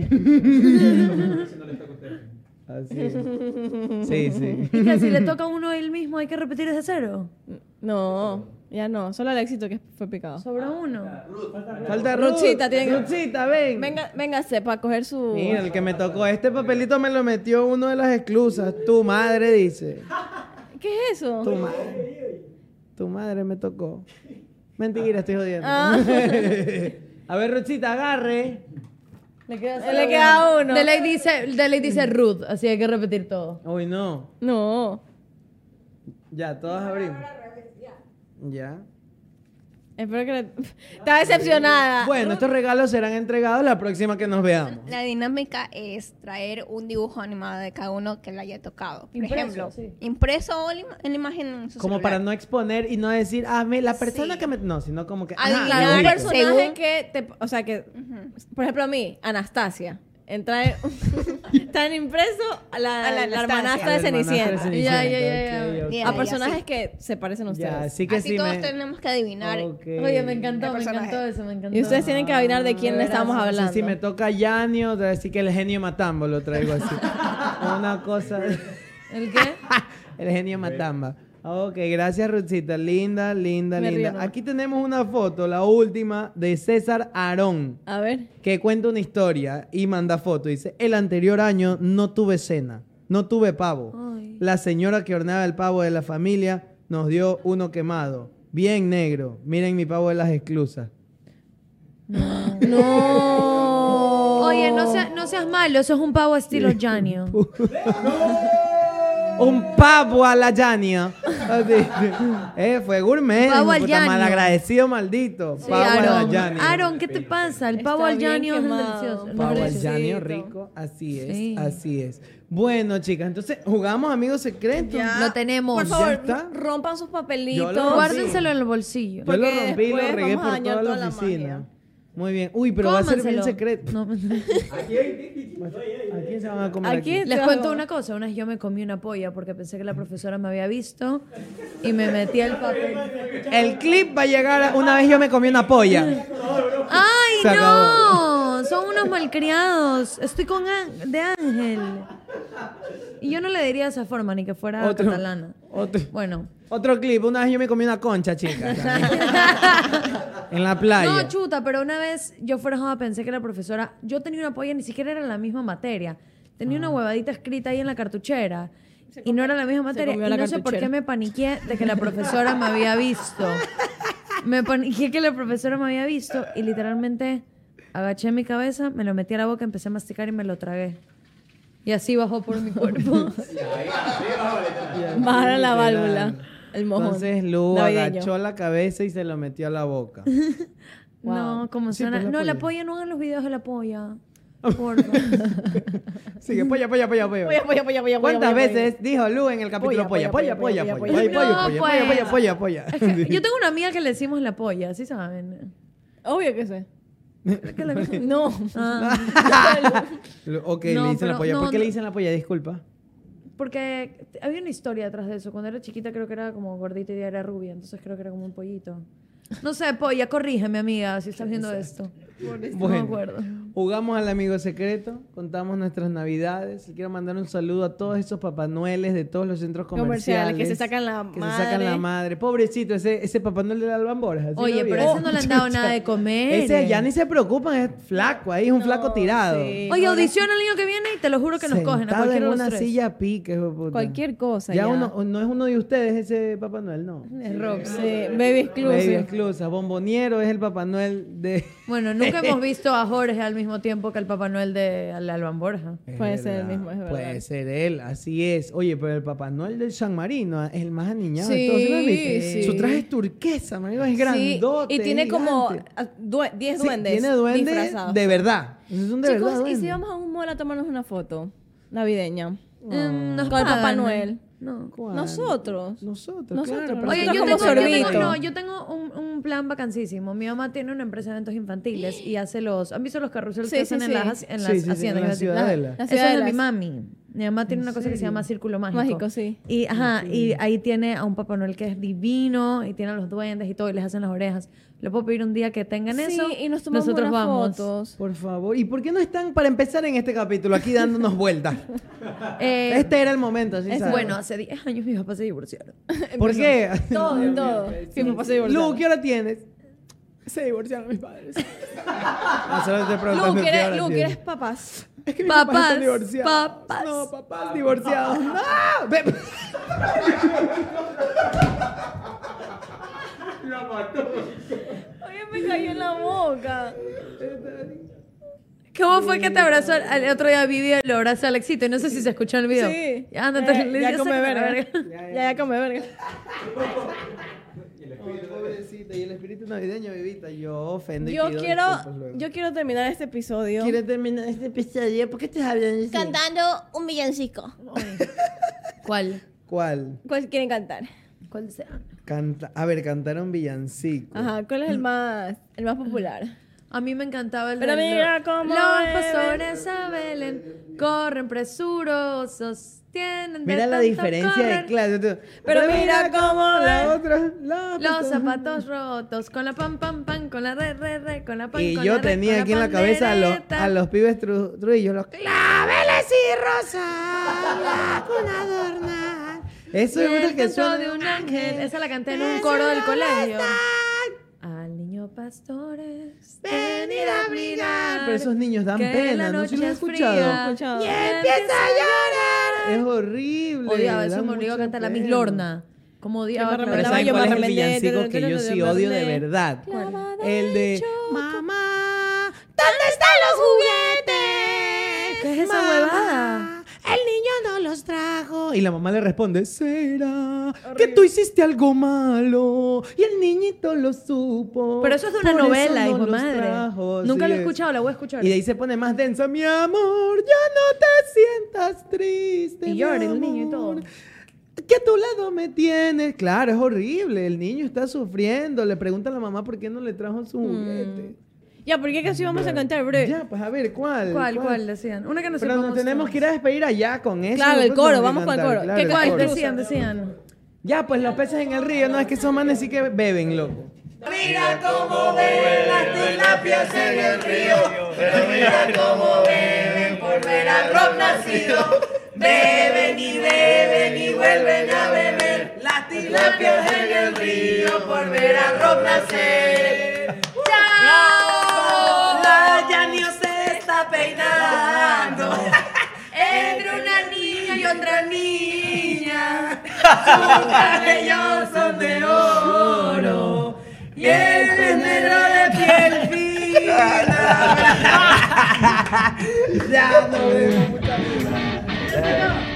A: Así es. Sí, sí.
B: Y que si le toca a uno él mismo, hay que repetir desde cero.
G: No, ya no. Solo el éxito que fue picado.
B: Sobra uno.
A: Falta Ruth.
G: Ruchita, tiene que-
A: Ruchita, ven.
G: Venga, véngase para coger su.
A: Mira, el que me tocó este papelito me lo metió uno de las exclusas. Tu madre dice.
G: ¿Qué es eso?
A: Tu madre. Tu madre me tocó. Mentira, estoy jodiendo.
G: Ah.
A: A ver, Ruchita, agarre.
B: Le
G: Le queda uno.
B: De ley dice, de ley dice Ruth, así hay que repetir todo.
A: Uy, no.
G: No.
A: Ya, todas abrimos. Ya.
G: Espero que le... Está decepcionada.
A: Bueno, estos regalos serán entregados la próxima que nos veamos.
I: Ah, La dinámica es traer un dibujo animado de cada uno que le haya tocado. Por
B: Impreso,
I: ejemplo,
B: sí.
I: impreso o la- en imagen en su
A: Como
I: celular.
A: para no exponer y no decir, ah, me, la persona
I: Sí.
A: que me... No, sino como que... "Ah,
I: Adivinar
A: ajá,
G: un
A: dibujito.
I: según-
G: personaje que te, o sea que por ejemplo a mí Anastasia entra en, tan impreso a la,
I: A la
G: la
I: Anastasia.
G: hermanastra de
A: La hermanastra de
G: Cenicienta
A: Cenicienta,
B: Ya, ya, ya,
A: ok,
B: ya.
A: ok.
I: Bien,
G: a
I: ahí,
G: personajes
I: así.
G: que se parecen a ustedes
A: Ya, así que
I: Así
A: sí
I: todos
A: me...
I: tenemos que adivinar.
A: Ok.
B: Oye, me encantó, me
I: personaje.
B: encantó eso, me encantó.
G: y ustedes tienen que adivinar de quién le estamos
A: No sé
G: hablando
A: si me toca Yanni, otra vez sí que el genio Matamba lo traigo así. Una cosa...
B: ¿El qué?
A: el genio Matamba. Ok, gracias Ruchita, linda, linda,
G: Me río
A: linda.
G: nomás.
A: Aquí tenemos una foto, la última, de César Aarón.
G: a ver
A: que cuenta una historia y manda foto. Dice, el anterior año no tuve cena, no tuve pavo. La señora que horneaba el pavo de la familia nos dio uno quemado. Bien negro. Miren mi pavo de las esclusas.
G: no
B: Oye, no,
A: Oh.
B: sea- no seas malo, eso es un pavo estilo Janio.
A: Un pavo a la Yania. Así. Eh, fue gourmet.
B: Pavo al
A: puta,
B: Yanio.
A: malagradecido, maldito.
B: Sí,
A: pavo a la
B: Aaron.
A: Yania.
B: Aaron, ¿qué te pasa? El
G: Está
B: pavo al
G: bien
B: Janio es
G: quemado.
B: delicioso. el
A: Pavo
B: mejor
A: al
B: dicho.
A: Yanio
G: Pobrecito.
A: rico. Así es,
B: Sí.
A: así es. Bueno, chicas, entonces jugamos amigos secretos.
B: Lo tenemos.
G: por
A: Ya
G: favor
A: está.
G: rompan sus
A: Yo
G: papelitos
A: lo rompí.
B: Guárdenselo en el bolsillo.
A: Yo lo
G: Porque
A: rompí y lo
G: después
A: regué
G: vamos a
A: por
G: dañar
A: toda la
G: toda la
A: oficina.
G: magia.
A: Muy bien. Uy, pero va a ser bien
B: Cómanselo.
A: secreto.
B: No,
A: ¿A quién se van a comer
G: Aquí
A: aquí?
G: es-
B: Les cuento una cosa, una vez yo me comí una polla porque pensé que la profesora me había visto y me metí el papel.
A: El clip va a llegar a- una vez yo me comí una polla.
B: ¡Ay,
A: Se acabó.
B: no! Son unos malcriados. Estoy con Ángel- de Ángel. Y yo no le diría de esa forma, ni que fuera
A: Otro-
B: Ah, catalana.
A: otro-
B: Bueno.
A: Otro clip, una vez yo me comí una concha, chica. en la playa.
B: No, chuta, pero una vez yo fuera joda pensé que la profesora, yo tenía una polla, ni siquiera era la misma materia. Tenía
A: Ah.
B: una huevadita escrita ahí en la cartuchera y no era la misma materia. Y
G: comió
B: no
G: la
B: sé por
G: cartuchera.
B: qué me paniqué de que la profesora me había visto. Me paniqué que la profesora me había visto y literalmente agaché mi cabeza, me lo metí a la boca, empecé a masticar y me lo tragué. Y así bajó por mi cuerpo.
G: bajar la
A: Literal.
G: válvula el mojón
A: Entonces Lu
G: navideño.
A: agachó la cabeza y se lo metió a la boca.
B: No, como
A: Sí,
B: suena.
A: pues la
B: no, la
A: polla.
B: polla no hagan los videos de la polla. Porfa.
A: Sigue, polla, polla, polla, polla.
G: Polla, polla, polla, polla,
A: ¿Cuántas
G: polla, polla.
A: veces dijo Lu en el capítulo polla, polla,
G: Polla, polla,
A: polla, polla,
G: polla,
A: polla,
B: polla,
A: polla,
B: polla.
A: polla,
B: No,
A: polla,
B: pues.
A: polla, polla?
B: Es que yo tengo una amiga que le decimos la polla, ¿sí saben?
G: obvio que sé
B: No. Ah,
A: Lu- Ok,
B: No,
A: le dicen la
B: pero-
A: polla.
B: no,
A: ¿Por qué
B: no.
A: le dicen la polla? Disculpa.
B: porque había una historia detrás de eso. Cuando era chiquita creo que era como gordita y era rubia, entonces creo que era como un pollito. No sé, polla, corrígeme, amiga, si estás viendo esto.
A: Bueno,
B: acuerdo.
A: jugamos al amigo secreto, contamos nuestras navidades. Le quiero mandar un saludo a todos esos papanueles de todos los centros comerciales.
G: Comerciales, que se sacan la
A: que se sacan la
G: madre.
A: madre. Pobrecito, ese, ese papá Noel de la Alban Borja, ¿sí lo
B: Oye, pero
A: vieron?
B: ese no le han dado nada de comer.
A: Ese ya ni se preocupan, es flaco, ahí es un flaco tirado.
G: sí.
B: Oye, audiciona al niño que viene y te lo juro que nos cogen a
A: Sentado
B: cualquiera
A: en
B: de los
A: una
B: tres.
A: silla pique, hijo de puta.
G: Cualquier cosa.
A: Ya,
G: Ya,
A: uno, no es uno de ustedes ese Papá Noel, no.
B: Es Rox.
G: Sí, Baby
A: Baby
G: Exclusive.
A: Esclusa, Bomboniero es el Papá Noel de...
B: Bueno, nunca hemos visto a Jorge al mismo tiempo que al Papá Noel de al Alban Borja.
G: Puede
A: Es
G: ser el
A: verdad,
G: mismo, es verdad.
A: Puede ser él, así es. Oye, pero el Papá Noel del San Marino es el más aniñado de
B: Sí,
A: todos. ¿sí lo viste?
B: sí.
A: Su traje es turquesa, marico, es
G: Sí,
A: grandote.
G: y
A: es
G: tiene como
A: gigante.
G: ah, due- 10
A: Sí,
G: duendes.
A: Tiene duendes
G: disfrazados.
A: de verdad. Son de
G: Chicos,
A: verdad
G: ¿y si
A: duendes.
G: vamos a un mall a tomarnos una foto navideña?
B: Mm, nos
G: Con el Papá
B: pagan.
G: Noel.
B: No.
A: ¿Cuál?
G: Nosotros.
A: Nosotros,
G: Nosotros.
A: claro. pero
B: Oye, yo
A: nosotros
B: tengo, yo
G: como
B: tengo-
G: sorbito.
B: no, yo tengo un, un plan vacancísimo. Mi mamá tiene una empresa de eventos infantiles y hace los... ¿Han visto los carruseles
G: Sí,
B: que
G: sí,
B: hacen en
G: sí.
B: las, en
A: Sí,
B: las
A: sí, sí,
B: haciendas?
A: en la
B: Iba a decir,
A: ciudadela.
G: Las
B: Eso es de
G: ciudadelas.
B: mi mami. Mi mamá tiene una cosa que se llama círculo mágico.
G: Mágico, sí.
B: Y, ajá, y ahí tiene a un Papá Noel que es divino y tiene a los duendes y todo y les hacen las orejas. Le puedo pedir un día que tengan
G: Sí,
B: eso.
G: y nos tomamos
B: Nosotros
G: unas
B: vamos.
G: fotos.
A: Por favor, ¿y por qué no están para empezar en este capítulo aquí dándonos vueltas?
B: Eh,
A: este era el momento, así
B: es
A: sabes.
B: bueno, hace 10 años mis papás se divorciaron.
A: ¿Por qué?
G: Todo, en todo. pues, Sí, me pasé
A: Lu, ¿qué hora tienes? Se divorciaron mis padres. Nosotros te preguntamos
G: Lu,
A: qué
G: ¿quieres,
A: hora
G: Lu,
A: tienes.
G: ¿quieres papas?
A: Es que mis papás
B: Papás,
A: están divorciados.
B: papás.
A: No, papás divorciados. ¡No! Ve-
G: Oye, me cayó en la boca.
B: ¿Cómo fue que te abrazó? El otro día Vivi lo abrazó a Alexito y no sé si se escuchó en el video.
G: Sí.
B: Ya, ándate,
G: Eh,
B: le-
G: ya
B: ya
G: come
B: sácame la
G: verga.
B: verga.
G: Ya, ya come verga.
A: Oh, pobrecita, y el espíritu navideño, vivita. Yo ofendo y
G: Yo
A: pido
G: quiero,
A: disculpas luego.
G: yo quiero terminar este episodio.
A: Quiero terminar este episodio. ¿Por qué estás hablando así?
I: Cantando un villancico.
B: ¿Cuál?
A: ¿Cuál?
G: ¿Cuál quieren cantar?
B: ¿Cuál sea?
A: Canta... A ver, cantaron villancico.
G: Ajá, ¿cuál es el más, el más popular?
B: A mí me encantaba el
G: Pero
B: de
G: mira
B: lo-
G: cómo
B: Los
G: beben.
B: pastores a Belén corren presurosos, tienen de
A: Mira la
B: tanto
A: diferencia de
B: correr.
A: clase. Pero,
G: mira cómo
A: la
G: ve.
A: otra. La
B: Los
A: otra.
B: zapatos rotos, con la pan, pan, pan, con la re, re, re, con la pan,
A: Y
B: con
A: yo
B: la re,
A: tenía
B: con
A: aquí en la cabeza a los,
B: pandereta.
A: a los pibes tru- trujillos, los claveles y rosas con adornar. Eso
B: Y
A: es lo
B: el
A: que
B: canto
A: suena.
B: de un ángel. Esa la canté en un
A: Es
B: coro del
A: una
B: colegio.
A: amistad.
B: Al niño pastores,
A: Venid
B: venid
A: a
B: a
A: brigar.
B: brigar.
A: Pero esos niños dan
B: que
A: pena,
B: la
A: ¿no?
B: noche
A: Yo lo he
B: es
A: escuchado.
B: fría.
G: Escuchado.
B: Y
A: Empieza a llorar. Es horrible.
B: Odiaba
A: da
B: eso, me obligó a
A: mucha
B: cantar la
A: pena.
B: Miss Lorna. Como odiaba.
G: Yo me
B: a
A: Pero
G: Pero
B: Clara.
A: ¿saben
G: yo
A: cuál
G: me
A: es el
G: arrepentí,
A: villancico que
G: te- te-
A: yo
G: te-
A: sí
G: te-
A: odio de
G: te-
A: verdad?
G: Clavada
A: El
G: en
A: de
G: choco.
A: Mamá, ¿dónde están los juguetes?
B: ¿Qué es esa
A: Mamá,
B: huevada?
A: El niño no los trajo. Y la mamá le responde, será que tú hiciste algo malo. Y el niñito lo supo.
B: Pero eso es de una
A: por
B: novela,
A: no
B: hijo de
A: los
B: madre.
A: trajo".
B: Nunca
A: Sí
B: lo he
A: es.
B: escuchado, la voy a escuchar.
A: Y de ahí se pone más densa, mi amor, ya no te sientas triste.
B: Y
A: mi
B: llora el niño y todo.
A: amor. Que a tu lado me tienes. Claro, es horrible. El niño está sufriendo. Le pregunta a la mamá por qué no le trajo
B: Mm.
A: su juguete.
G: Ya, ¿por qué casi vamos a cantar, bro?
A: Ya, pues a ver, ¿cuál?
B: ¿Cuál, cuál, decían? Una que no
A: Pero nos tenemos que ir a despedir allá con eso.
G: Claro, el
A: Después
G: coro,
A: tenemos que
G: vamos con el
A: cantar,
G: coro.
A: claro,
G: ¿Qué
A: el
G: cuál?
A: coro.
G: Decía-
B: Decían, decían.
A: Ya, pues los peces en el río. No, es que esos manes sí que beben, loco.
H: Mira cómo beben las tilapias en el río, pero mira cómo beben por ver al rock nacido. Beben y beben y vuelven a beber las tilapias en el río por ver al rock nacer. ¡Chao! La Yanio se está peinando. Entre una niña y otra niña, sus cabellos son de oro. Y él es negro de piel fina. ya no vemos mucha vida.